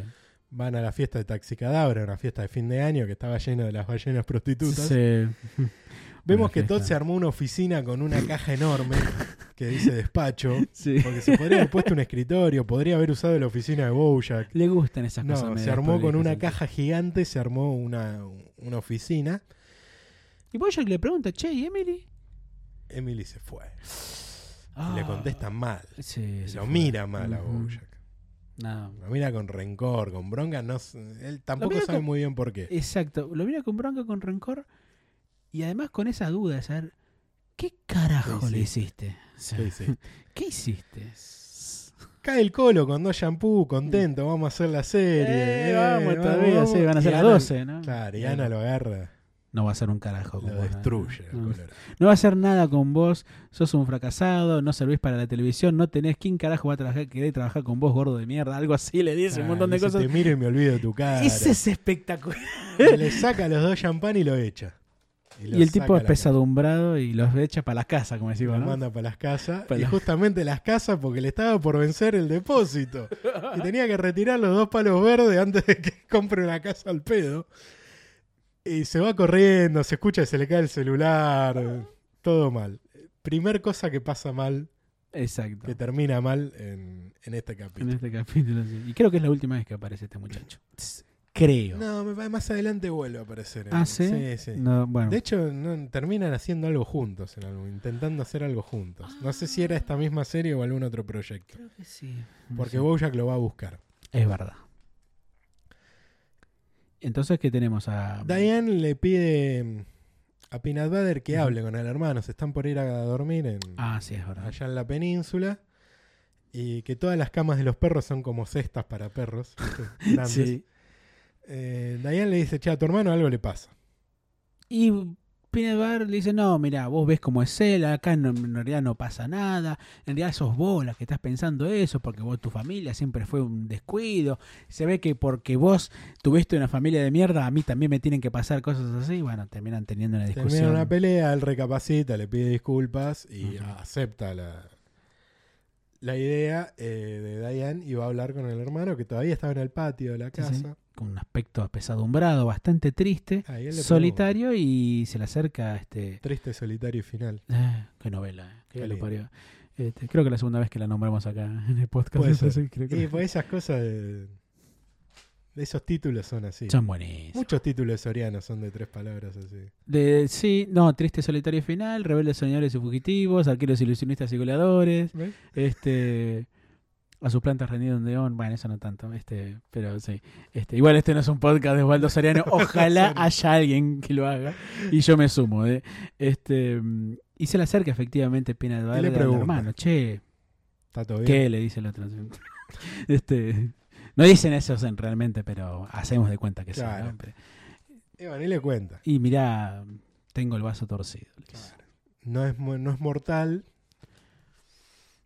[SPEAKER 1] van a la fiesta de Taxicadabra, una fiesta de fin de año que estaba llena de las ballenas prostitutas.
[SPEAKER 2] Sí.
[SPEAKER 1] Vemos
[SPEAKER 2] Una
[SPEAKER 1] que Todd
[SPEAKER 2] fiesta.
[SPEAKER 1] se armó una oficina con una caja enorme que dice despacho,
[SPEAKER 2] Sí.
[SPEAKER 1] porque se podría haber puesto un escritorio, podría haber usado la oficina de Bojack.
[SPEAKER 2] Le gustan esas cosas.
[SPEAKER 1] No, se
[SPEAKER 2] medias
[SPEAKER 1] armó con
[SPEAKER 2] prolijas,
[SPEAKER 1] una
[SPEAKER 2] así.
[SPEAKER 1] caja gigante, se armó una, una oficina.
[SPEAKER 2] Y Bojack le pregunta, che, ¿y Emily?
[SPEAKER 1] Emily se fue.
[SPEAKER 2] Ah.
[SPEAKER 1] Y le contestan mal.
[SPEAKER 2] Sí, se
[SPEAKER 1] Lo
[SPEAKER 2] fue.
[SPEAKER 1] mira mal a
[SPEAKER 2] Ujú.
[SPEAKER 1] Bojack.
[SPEAKER 2] No.
[SPEAKER 1] Lo mira con rencor, con bronca. No, s- él tampoco
[SPEAKER 2] mira
[SPEAKER 1] sabe
[SPEAKER 2] con-
[SPEAKER 1] muy bien por qué.
[SPEAKER 2] Exacto. Lo mira con bronca, con rencor. Y además con esa duda de saber, ¿qué carajo
[SPEAKER 1] ¿Qué
[SPEAKER 2] le hiciste? O sea,
[SPEAKER 1] Sí, sí.
[SPEAKER 2] ¿Qué hiciste?
[SPEAKER 1] Cae el colo con dos shampoo, contento, vamos a hacer la serie.
[SPEAKER 2] Eh, vamos todavía,
[SPEAKER 1] vamos.
[SPEAKER 2] sí, van a ser
[SPEAKER 1] Y
[SPEAKER 2] las
[SPEAKER 1] Ana-
[SPEAKER 2] 12, ¿no?
[SPEAKER 1] Claro, y
[SPEAKER 2] Bueno,
[SPEAKER 1] Ana lo agarra,
[SPEAKER 2] No va a ser un carajo. con
[SPEAKER 1] lo
[SPEAKER 2] vos, ¿no?
[SPEAKER 1] destruye. al
[SPEAKER 2] No.
[SPEAKER 1] colorado.
[SPEAKER 2] No va a hacer nada con vos, sos un fracasado, no servís para la televisión, no tenés quién carajo va a trabajar, querer trabajar con vos, gordo de mierda, algo así, le dice un
[SPEAKER 1] Ah,
[SPEAKER 2] montón de
[SPEAKER 1] dice,
[SPEAKER 2] cosas.
[SPEAKER 1] Te miro y me olvido de tu cara.
[SPEAKER 2] Ese es espectacular.
[SPEAKER 1] Le saca los dos champán y lo echa. lo
[SPEAKER 2] Y el
[SPEAKER 1] saca
[SPEAKER 2] tipo
[SPEAKER 1] a
[SPEAKER 2] es
[SPEAKER 1] la
[SPEAKER 2] pesadumbrado y los echa para la casa, como
[SPEAKER 1] calle.
[SPEAKER 2] decimos,
[SPEAKER 1] Lo
[SPEAKER 2] ¿no?
[SPEAKER 1] manda para las casas.
[SPEAKER 2] Pa'
[SPEAKER 1] y
[SPEAKER 2] las-
[SPEAKER 1] justamente las casas porque le estaba por vencer el depósito. y tenía que retirar los dos palos verdes antes de que compre una casa al pedo. Y se va corriendo, se escucha, que se le cae el celular. Todo mal. Primer cosa que pasa mal,
[SPEAKER 2] Exacto.
[SPEAKER 1] que termina mal en, en este
[SPEAKER 2] En
[SPEAKER 1] capítulo.
[SPEAKER 2] este capítulo, sí. Y creo que es la última vez que aparece este muchacho. Creo.
[SPEAKER 1] No, me parece más adelante vuelve a aparecer. en-
[SPEAKER 2] este. Ah, ¿sí?
[SPEAKER 1] Sí, sí.
[SPEAKER 2] No, bueno.
[SPEAKER 1] De hecho, no, terminan haciendo algo juntos, en algo, intentando hacer algo juntos. No sé si era esta misma serie o algún otro proyecto.
[SPEAKER 2] creo que sí.
[SPEAKER 1] Porque Bojack lo va a buscar.
[SPEAKER 2] Es verdad. Entonces, ¿qué tenemos a.
[SPEAKER 1] Diane le pide mm, a Peanut Butter que
[SPEAKER 2] Ujú.
[SPEAKER 1] hable con el hermano. Se están por ir a dormir en,
[SPEAKER 2] Ah, sí, es verdad.
[SPEAKER 1] allá en la península. Y que todas las camas de los perros son como cestas para perros. ¿viste? Grandes.
[SPEAKER 2] Sí.
[SPEAKER 1] Eh, Diane le dice, che, a tu hermano algo le pasa.
[SPEAKER 2] Y Peanut Butter le dice, no, mira, vos ves cómo es él, acá no- en realidad no pasa nada, en realidad sos vos la que estás pensando eso, porque vos, tu familia siempre fue un descuido, se ve que porque vos tuviste una familia de mierda, a mí también me tienen que pasar cosas así, bueno, terminan teniendo una discusión.
[SPEAKER 1] Termina una pelea, él recapacita, le pide disculpas y
[SPEAKER 2] Ujú.
[SPEAKER 1] acepta la, la idea eh, de Diane y va a hablar con el hermano que todavía estaba en el patio de la
[SPEAKER 2] Sí,
[SPEAKER 1] casa.
[SPEAKER 2] sí. con un aspecto apesadumbrado, bastante triste,
[SPEAKER 1] Ahí él le
[SPEAKER 2] solitario, y se le acerca este...
[SPEAKER 1] Triste, solitario y final.
[SPEAKER 2] Ah, qué novela, eh, que
[SPEAKER 1] Qué
[SPEAKER 2] lo
[SPEAKER 1] lindo.
[SPEAKER 2] parió. Este, creo que la segunda vez que la nombramos acá en el podcast.
[SPEAKER 1] Puede
[SPEAKER 2] entonces
[SPEAKER 1] ser.
[SPEAKER 2] creo que-
[SPEAKER 1] Y pues esas cosas de, de esos títulos son así.
[SPEAKER 2] Son buenísimas.
[SPEAKER 1] Muchos títulos sorianos son de tres palabras así.
[SPEAKER 2] De, sí, no, Triste Solitario Final, Rebeldes Soñadores y Fugitivos, Arqueros Ilusionistas y Goleadores,
[SPEAKER 1] ¿Ves?
[SPEAKER 2] este a sus plantas rendido un león, bueno, eso no tanto, este, pero sí. Este, igual este no es un podcast de Osvaldo Soriano, ojalá haya alguien que lo haga y yo me sumo. ¿eh? Este, mm, y se le acerca efectivamente Pina de Valle
[SPEAKER 1] pregunta.
[SPEAKER 2] hermano, che,
[SPEAKER 1] Está todo bien.
[SPEAKER 2] ¿qué le dice el otro? Este, no dicen eso en- realmente, pero hacemos de cuenta que sí,
[SPEAKER 1] Claro.
[SPEAKER 2] ¿no? Pero-
[SPEAKER 1] Y bueno, y le cuenta.
[SPEAKER 2] Y mirá, tengo el vaso torcido. le dice.
[SPEAKER 1] No es, mu- no es mortal,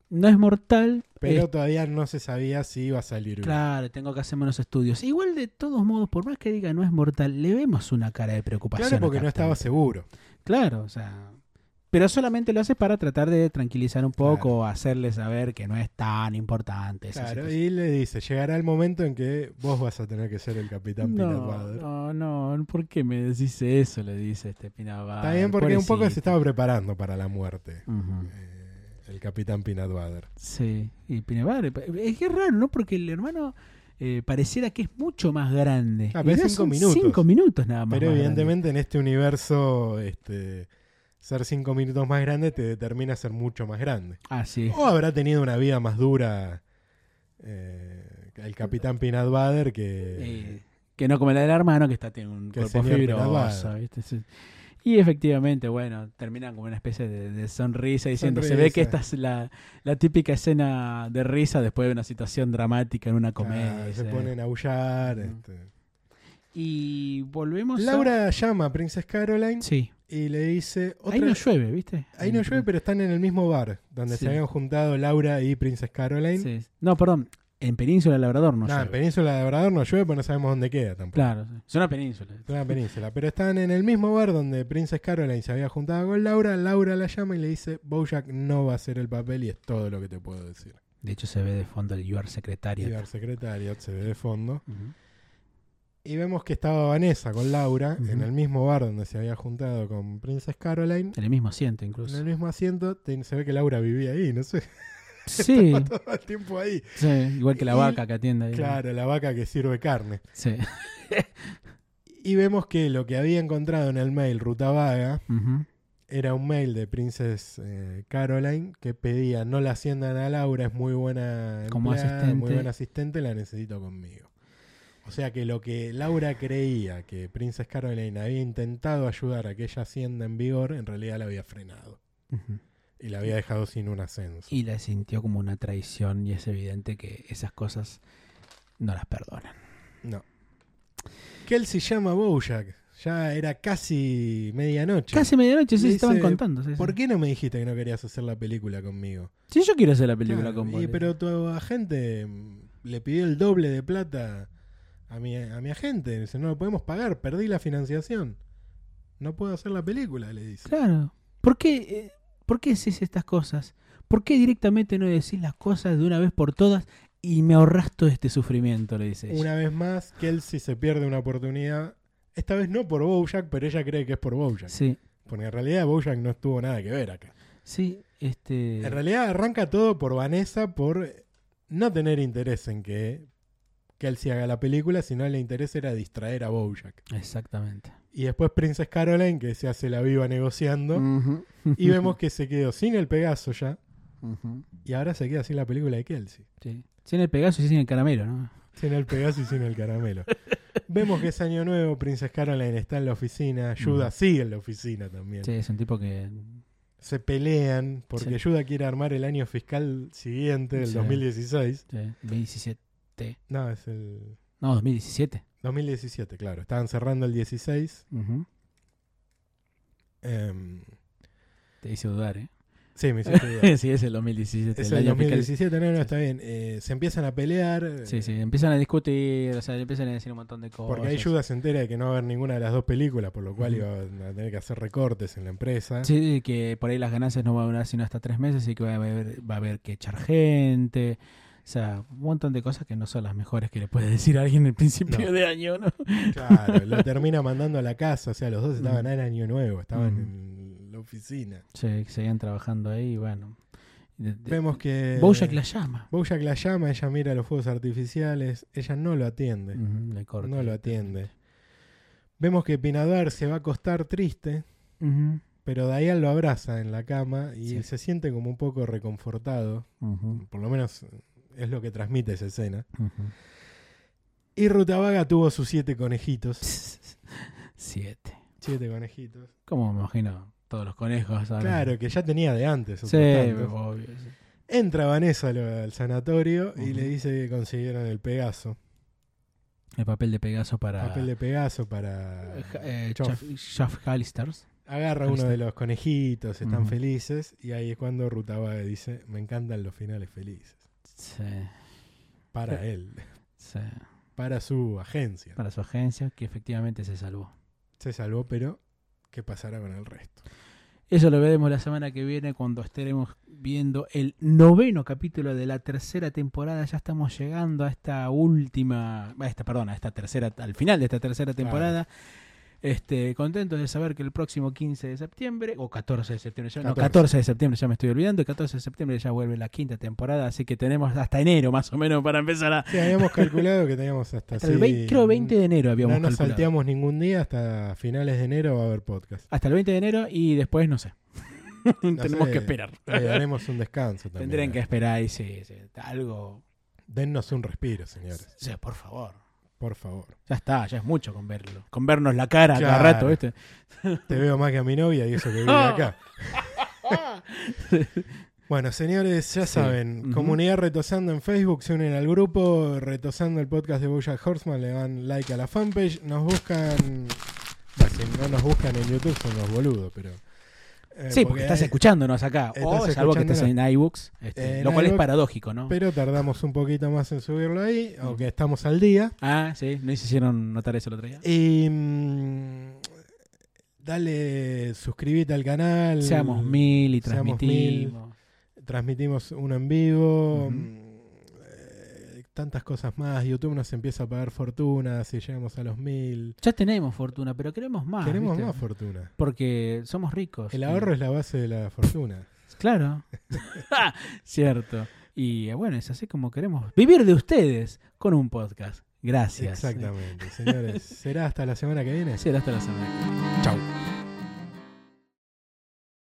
[SPEAKER 2] No es mortal,
[SPEAKER 1] pero
[SPEAKER 2] eh,
[SPEAKER 1] todavía no se sabía si iba a salir bien.
[SPEAKER 2] claro, tengo que hacer menos estudios. Igual de todos modos, por más que diga no es mortal, le vemos una cara de preocupación.
[SPEAKER 1] Claro, porque
[SPEAKER 2] a
[SPEAKER 1] no
[SPEAKER 2] Captain.
[SPEAKER 1] estaba seguro.
[SPEAKER 2] Claro, o sea, Pero solamente lo hace para tratar de tranquilizar un poco, hacerle saber que no es tan importante. esa
[SPEAKER 1] Claro,
[SPEAKER 2] situación.
[SPEAKER 1] y le dice, llegará el momento en que vos vas a tener que ser el capitán Peanut
[SPEAKER 2] No,
[SPEAKER 1] Butter".
[SPEAKER 2] no, no, ¿por qué me decís eso? Le dice este Pinabal.
[SPEAKER 1] Está bien porque un poco se estaba preparando para la muerte.
[SPEAKER 2] Ujú.
[SPEAKER 1] eh, el capitán Peanut Butter.
[SPEAKER 2] Sí, y Pinabal. Es que es raro, ¿no? Porque el hermano eh, pareciera que es mucho más grande.
[SPEAKER 1] Ah,
[SPEAKER 2] Y
[SPEAKER 1] pero es
[SPEAKER 2] ya
[SPEAKER 1] cinco
[SPEAKER 2] son
[SPEAKER 1] minutos.
[SPEAKER 2] Cinco minutos nada más.
[SPEAKER 1] Pero
[SPEAKER 2] más grande.
[SPEAKER 1] evidentemente en este universo, este, ser cinco minutos más grande te determina ser mucho más grande.
[SPEAKER 2] Así es.
[SPEAKER 1] O habrá tenido una vida más dura eh, el capitán Peanut Butter que...
[SPEAKER 2] Eh, que no como la del hermano, que está tiene un
[SPEAKER 1] Que
[SPEAKER 2] cuerpo
[SPEAKER 1] señor
[SPEAKER 2] fibroso.
[SPEAKER 1] Pinabal.
[SPEAKER 2] ¿viste? Sí. Y efectivamente, bueno, terminan como una especie de, de sonrisa diciendo, se ve que
[SPEAKER 1] Sonrisa.
[SPEAKER 2] esta es la, la típica escena de risa después de una situación dramática en una comedia.
[SPEAKER 1] ah, se
[SPEAKER 2] ¿sí?
[SPEAKER 1] ponen a aullar. este.
[SPEAKER 2] Y volvemos a-
[SPEAKER 1] Laura llama a Princess Caroline
[SPEAKER 2] Sí,
[SPEAKER 1] y le dice...
[SPEAKER 2] ahí
[SPEAKER 1] "Otra-
[SPEAKER 2] no llueve, ¿viste?
[SPEAKER 1] Ahí no llueve, pero están en el mismo bar donde
[SPEAKER 2] Sí.
[SPEAKER 1] se habían juntado Laura y Princess Caroline.
[SPEAKER 2] Sí. No, perdón, en Península Labrador no
[SPEAKER 1] No, en
[SPEAKER 2] llueve.
[SPEAKER 1] Península de Labrador no llueve, pero no sabemos dónde queda tampoco.
[SPEAKER 2] Claro, sí. es una península.
[SPEAKER 1] Es una península. Pero están en el mismo bar donde Princess Caroline se había juntado con Laura. Laura la llama y le dice: Bojack no va a hacer el papel y es todo lo que te puedo decir.
[SPEAKER 2] De hecho se ve de fondo el UR
[SPEAKER 1] Y
[SPEAKER 2] secretario.
[SPEAKER 1] el secretario se ve de fondo.
[SPEAKER 2] Ujú.
[SPEAKER 1] Y vemos que estaba Vanessa con Laura
[SPEAKER 2] Ujú.
[SPEAKER 1] en el mismo bar donde se había juntado con Princess Caroline.
[SPEAKER 2] En el mismo asiento
[SPEAKER 1] En
[SPEAKER 2] incluso.
[SPEAKER 1] el mismo asiento te- se ve que Laura vivía ahí, no sé,
[SPEAKER 2] Sí,
[SPEAKER 1] todo el tiempo ahí.
[SPEAKER 2] sí, igual que la
[SPEAKER 1] Y-
[SPEAKER 2] vaca que atiende ahí.
[SPEAKER 1] Claro, la vaca que sirve carne.
[SPEAKER 2] Sí.
[SPEAKER 1] Y vemos que lo que había encontrado en el mail Ruta Vaga
[SPEAKER 2] Ujú.
[SPEAKER 1] era un mail de Princess eh, Caroline que pedía no la asciendan a Laura, es muy buena
[SPEAKER 2] Como asistente.
[SPEAKER 1] muy buena asistente, la necesito conmigo. O sea que lo que Laura creía que Princess Caroline había intentado ayudar a que ella ascienda en vigor, en realidad la había frenado
[SPEAKER 2] Ujú.
[SPEAKER 1] y la había dejado sin un ascenso.
[SPEAKER 2] Y la sintió como una traición y es evidente que esas cosas no las perdonan.
[SPEAKER 1] No. Kelsey llama a Bojack, ya era casi medianoche.
[SPEAKER 2] Casi medianoche,
[SPEAKER 1] Le
[SPEAKER 2] sí, se estaban
[SPEAKER 1] dice,
[SPEAKER 2] contando. sí, sí.
[SPEAKER 1] ¿Por qué no me dijiste que no querías hacer la película conmigo?
[SPEAKER 2] Sí, yo quiero hacer la película
[SPEAKER 1] Claro,
[SPEAKER 2] con vos.
[SPEAKER 1] Ah, y- pero tu agente mm, le pidió el doble de plata a mi, a mi agente. Dice, no lo podemos pagar, perdí la financiación. No puedo hacer la película, le dice.
[SPEAKER 2] Claro. ¿Por qué, eh, ¿Por qué decís estas cosas? ¿Por qué directamente no decís las cosas de una vez por todas y me ahorras todo este sufrimiento? Le dices.
[SPEAKER 1] Una vez más, Kelsey se pierde una oportunidad. Esta vez no por Bojack, pero ella cree que es por Bojack.
[SPEAKER 2] Sí,
[SPEAKER 1] Porque en realidad Bojack no estuvo nada que ver acá.
[SPEAKER 2] sí, este.
[SPEAKER 1] En realidad arranca todo por Vanessa por eh, no tener interés en que Kelsey haga la película, sino le interés era distraer a Bojack.
[SPEAKER 2] Exactamente.
[SPEAKER 1] Y después Princess Caroline, que se hace la viva negociando.
[SPEAKER 2] Ujú.
[SPEAKER 1] Y vemos que se quedó sin el Pegaso ya.
[SPEAKER 2] Ujú.
[SPEAKER 1] Y ahora se queda sin la película de Kelsey.
[SPEAKER 2] Sí. Sin el Pegaso y sin el caramelo, ¿no?
[SPEAKER 1] Sin el Pegaso y sin el caramelo. vemos que es año nuevo, Princess Caroline está en la oficina, Yuda
[SPEAKER 2] Ujú.
[SPEAKER 1] sigue en la oficina también.
[SPEAKER 2] Mm. Sí, es un tipo que.
[SPEAKER 1] Se pelean porque
[SPEAKER 2] Sí.
[SPEAKER 1] Yuda quiere armar el año fiscal siguiente, el
[SPEAKER 2] Sí.
[SPEAKER 1] 2016.
[SPEAKER 2] sí, 2017.
[SPEAKER 1] No, es el
[SPEAKER 2] No, 2017.
[SPEAKER 1] 2017, claro. Estaban cerrando el 16.
[SPEAKER 2] Ujú.
[SPEAKER 1] Em,
[SPEAKER 2] Te hice dudar, ¿eh?
[SPEAKER 1] sí, me hiciste dudar.
[SPEAKER 2] sí, es el 2017.
[SPEAKER 1] Es
[SPEAKER 2] el
[SPEAKER 1] el
[SPEAKER 2] año fiscal.
[SPEAKER 1] 2017, no, no, está bien. Eh, se empiezan a pelear.
[SPEAKER 2] Sí, sí, empiezan a discutir, o sea, le empiezan a decir un montón de cosas.
[SPEAKER 1] Porque ahí Judas se entera de que no va a haber ninguna de las dos películas, por lo cual
[SPEAKER 2] Oh, Ujú.
[SPEAKER 1] iba a tener que hacer recortes en la empresa.
[SPEAKER 2] Sí, que por ahí las ganancias no van a durar sino hasta tres meses y que va a haber, va a haber que echar gente. O sea, un montón de cosas que no son las mejores que le puede decir a alguien al principio
[SPEAKER 1] No.
[SPEAKER 2] de año, ¿no?
[SPEAKER 1] Claro, lo termina mandando a la casa, o sea, los dos estaban
[SPEAKER 2] Ujú.
[SPEAKER 1] en año nuevo, estaban
[SPEAKER 2] Ujú.
[SPEAKER 1] en la oficina.
[SPEAKER 2] Sí, que seguían trabajando ahí, y bueno. De- de-
[SPEAKER 1] Vemos que
[SPEAKER 2] Bojack la llama.
[SPEAKER 1] Bojack la llama, ella mira los fuegos artificiales, ella no lo atiende,
[SPEAKER 2] Ujú, le corta.
[SPEAKER 1] no lo atiende. Vemos que Pinadar se va a acostar triste,
[SPEAKER 2] Ujú,
[SPEAKER 1] pero Dayan lo abraza en la cama y
[SPEAKER 2] Sí.
[SPEAKER 1] él se siente como un poco reconfortado,
[SPEAKER 2] ujú,
[SPEAKER 1] por lo menos es lo que transmite esa escena.
[SPEAKER 2] ujú.
[SPEAKER 1] Y Rutabaga tuvo sus siete conejitos.
[SPEAKER 2] Siete.
[SPEAKER 1] Siete conejitos.
[SPEAKER 2] Como me imagino todos los conejos ahora.
[SPEAKER 1] Claro, que ya tenía de antes.
[SPEAKER 2] Ah, Sí,
[SPEAKER 1] sus tantos.
[SPEAKER 2] obvio. sí.
[SPEAKER 1] Entra Vanessa al, al sanatorio y
[SPEAKER 2] Ujú.
[SPEAKER 1] le dice que consiguieron el Pegaso.
[SPEAKER 2] El papel de Pegaso para.
[SPEAKER 1] Papel de Pegaso para...
[SPEAKER 2] Ah. eh,
[SPEAKER 1] Chof.
[SPEAKER 2] Chaff- Chaff Hallisters.
[SPEAKER 1] Agarra
[SPEAKER 2] Ahí
[SPEAKER 1] uno
[SPEAKER 2] está.
[SPEAKER 1] de los conejitos, están
[SPEAKER 2] Ujú.
[SPEAKER 1] felices. Y ahí es cuando Rutabaga dice, me encantan los finales felices.
[SPEAKER 2] Sí,
[SPEAKER 1] Para
[SPEAKER 2] Sí.
[SPEAKER 1] él,
[SPEAKER 2] sí.
[SPEAKER 1] para su agencia.
[SPEAKER 2] para su agencia, que efectivamente se salvó.
[SPEAKER 1] Se salvó, pero ¿qué pasará con el resto?
[SPEAKER 2] Eso lo veremos la semana que viene cuando estaremos viendo el noveno capítulo de la tercera temporada. Ya estamos llegando a esta última, a esta, perdón, a esta tercera, al final de esta tercera temporada. Este, contentos de saber que el próximo 15 de septiembre, o 14 de septiembre, ya,
[SPEAKER 1] 14.
[SPEAKER 2] No, 14 de septiembre ya me estoy olvidando, el 14 de septiembre ya vuelve la quinta temporada, así que tenemos hasta enero más o menos para empezar a...
[SPEAKER 1] Sí, habíamos calculado que teníamos hasta,
[SPEAKER 2] Hasta el 20, creo 20 de enero
[SPEAKER 1] No
[SPEAKER 2] habíamos
[SPEAKER 1] nos
[SPEAKER 2] calculado.
[SPEAKER 1] salteamos ningún día, hasta finales de enero va a haber podcast.
[SPEAKER 2] Hasta el 20 de enero y después no sé. Tenemos
[SPEAKER 1] sé,
[SPEAKER 2] que esperar.
[SPEAKER 1] Le daremos Eh, un descanso también. eh.
[SPEAKER 2] Tendrán que esperar y sí, sí, algo.
[SPEAKER 1] Dennos un respiro, señores,
[SPEAKER 2] O sea, por favor.
[SPEAKER 1] por favor.
[SPEAKER 2] Ya está, ya es mucho con verlo. Con vernos la cara a cada
[SPEAKER 1] Claro. eh,
[SPEAKER 2] rato, ¿viste?
[SPEAKER 1] Te veo más que a mi novia y eso que vive acá. Bueno, señores, ya
[SPEAKER 2] Sí.
[SPEAKER 1] saben,
[SPEAKER 2] Ujú.
[SPEAKER 1] comunidad retosando en Facebook, se unen al grupo, retosando el podcast de Bojack Horseman, le dan like a la fanpage, nos buscan, bah, si no nos buscan en YouTube son los boludos, pero... eh,
[SPEAKER 2] sí, porque estás
[SPEAKER 1] hay-
[SPEAKER 2] escuchándonos acá. O
[SPEAKER 1] estás
[SPEAKER 2] salvo que estés en
[SPEAKER 1] escuchándonos.
[SPEAKER 2] iBooks. este,
[SPEAKER 1] En
[SPEAKER 2] lo cual es
[SPEAKER 1] iBooks,
[SPEAKER 2] paradójico, ¿no?
[SPEAKER 1] Pero tardamos un poquito más en subirlo ahí, aunque estamos al día.
[SPEAKER 2] Ah, sí, no se hicieron notar eso el otro día.
[SPEAKER 1] Y mm, dale, suscríbete al canal.
[SPEAKER 2] Seamos mil y
[SPEAKER 1] Seamos
[SPEAKER 2] transmitimos.
[SPEAKER 1] Transmitimos uno en vivo.
[SPEAKER 2] Ujú.
[SPEAKER 1] mm, eh, Tantas cosas más. YouTube nos empieza a pagar fortuna si llegamos a los mil.
[SPEAKER 2] Ya tenemos fortuna, pero queremos más.
[SPEAKER 1] Queremos
[SPEAKER 2] Ah, ¿viste?
[SPEAKER 1] más fortuna.
[SPEAKER 2] Porque somos ricos.
[SPEAKER 1] El
[SPEAKER 2] y-
[SPEAKER 1] ahorro es la base de la fortuna.
[SPEAKER 2] Claro. Cierto. Y eh, bueno, es así como queremos vivir de ustedes con un podcast. Gracias.
[SPEAKER 1] Exactamente, señores. Será hasta la semana que viene.
[SPEAKER 2] Será hasta la semana.
[SPEAKER 1] Chau.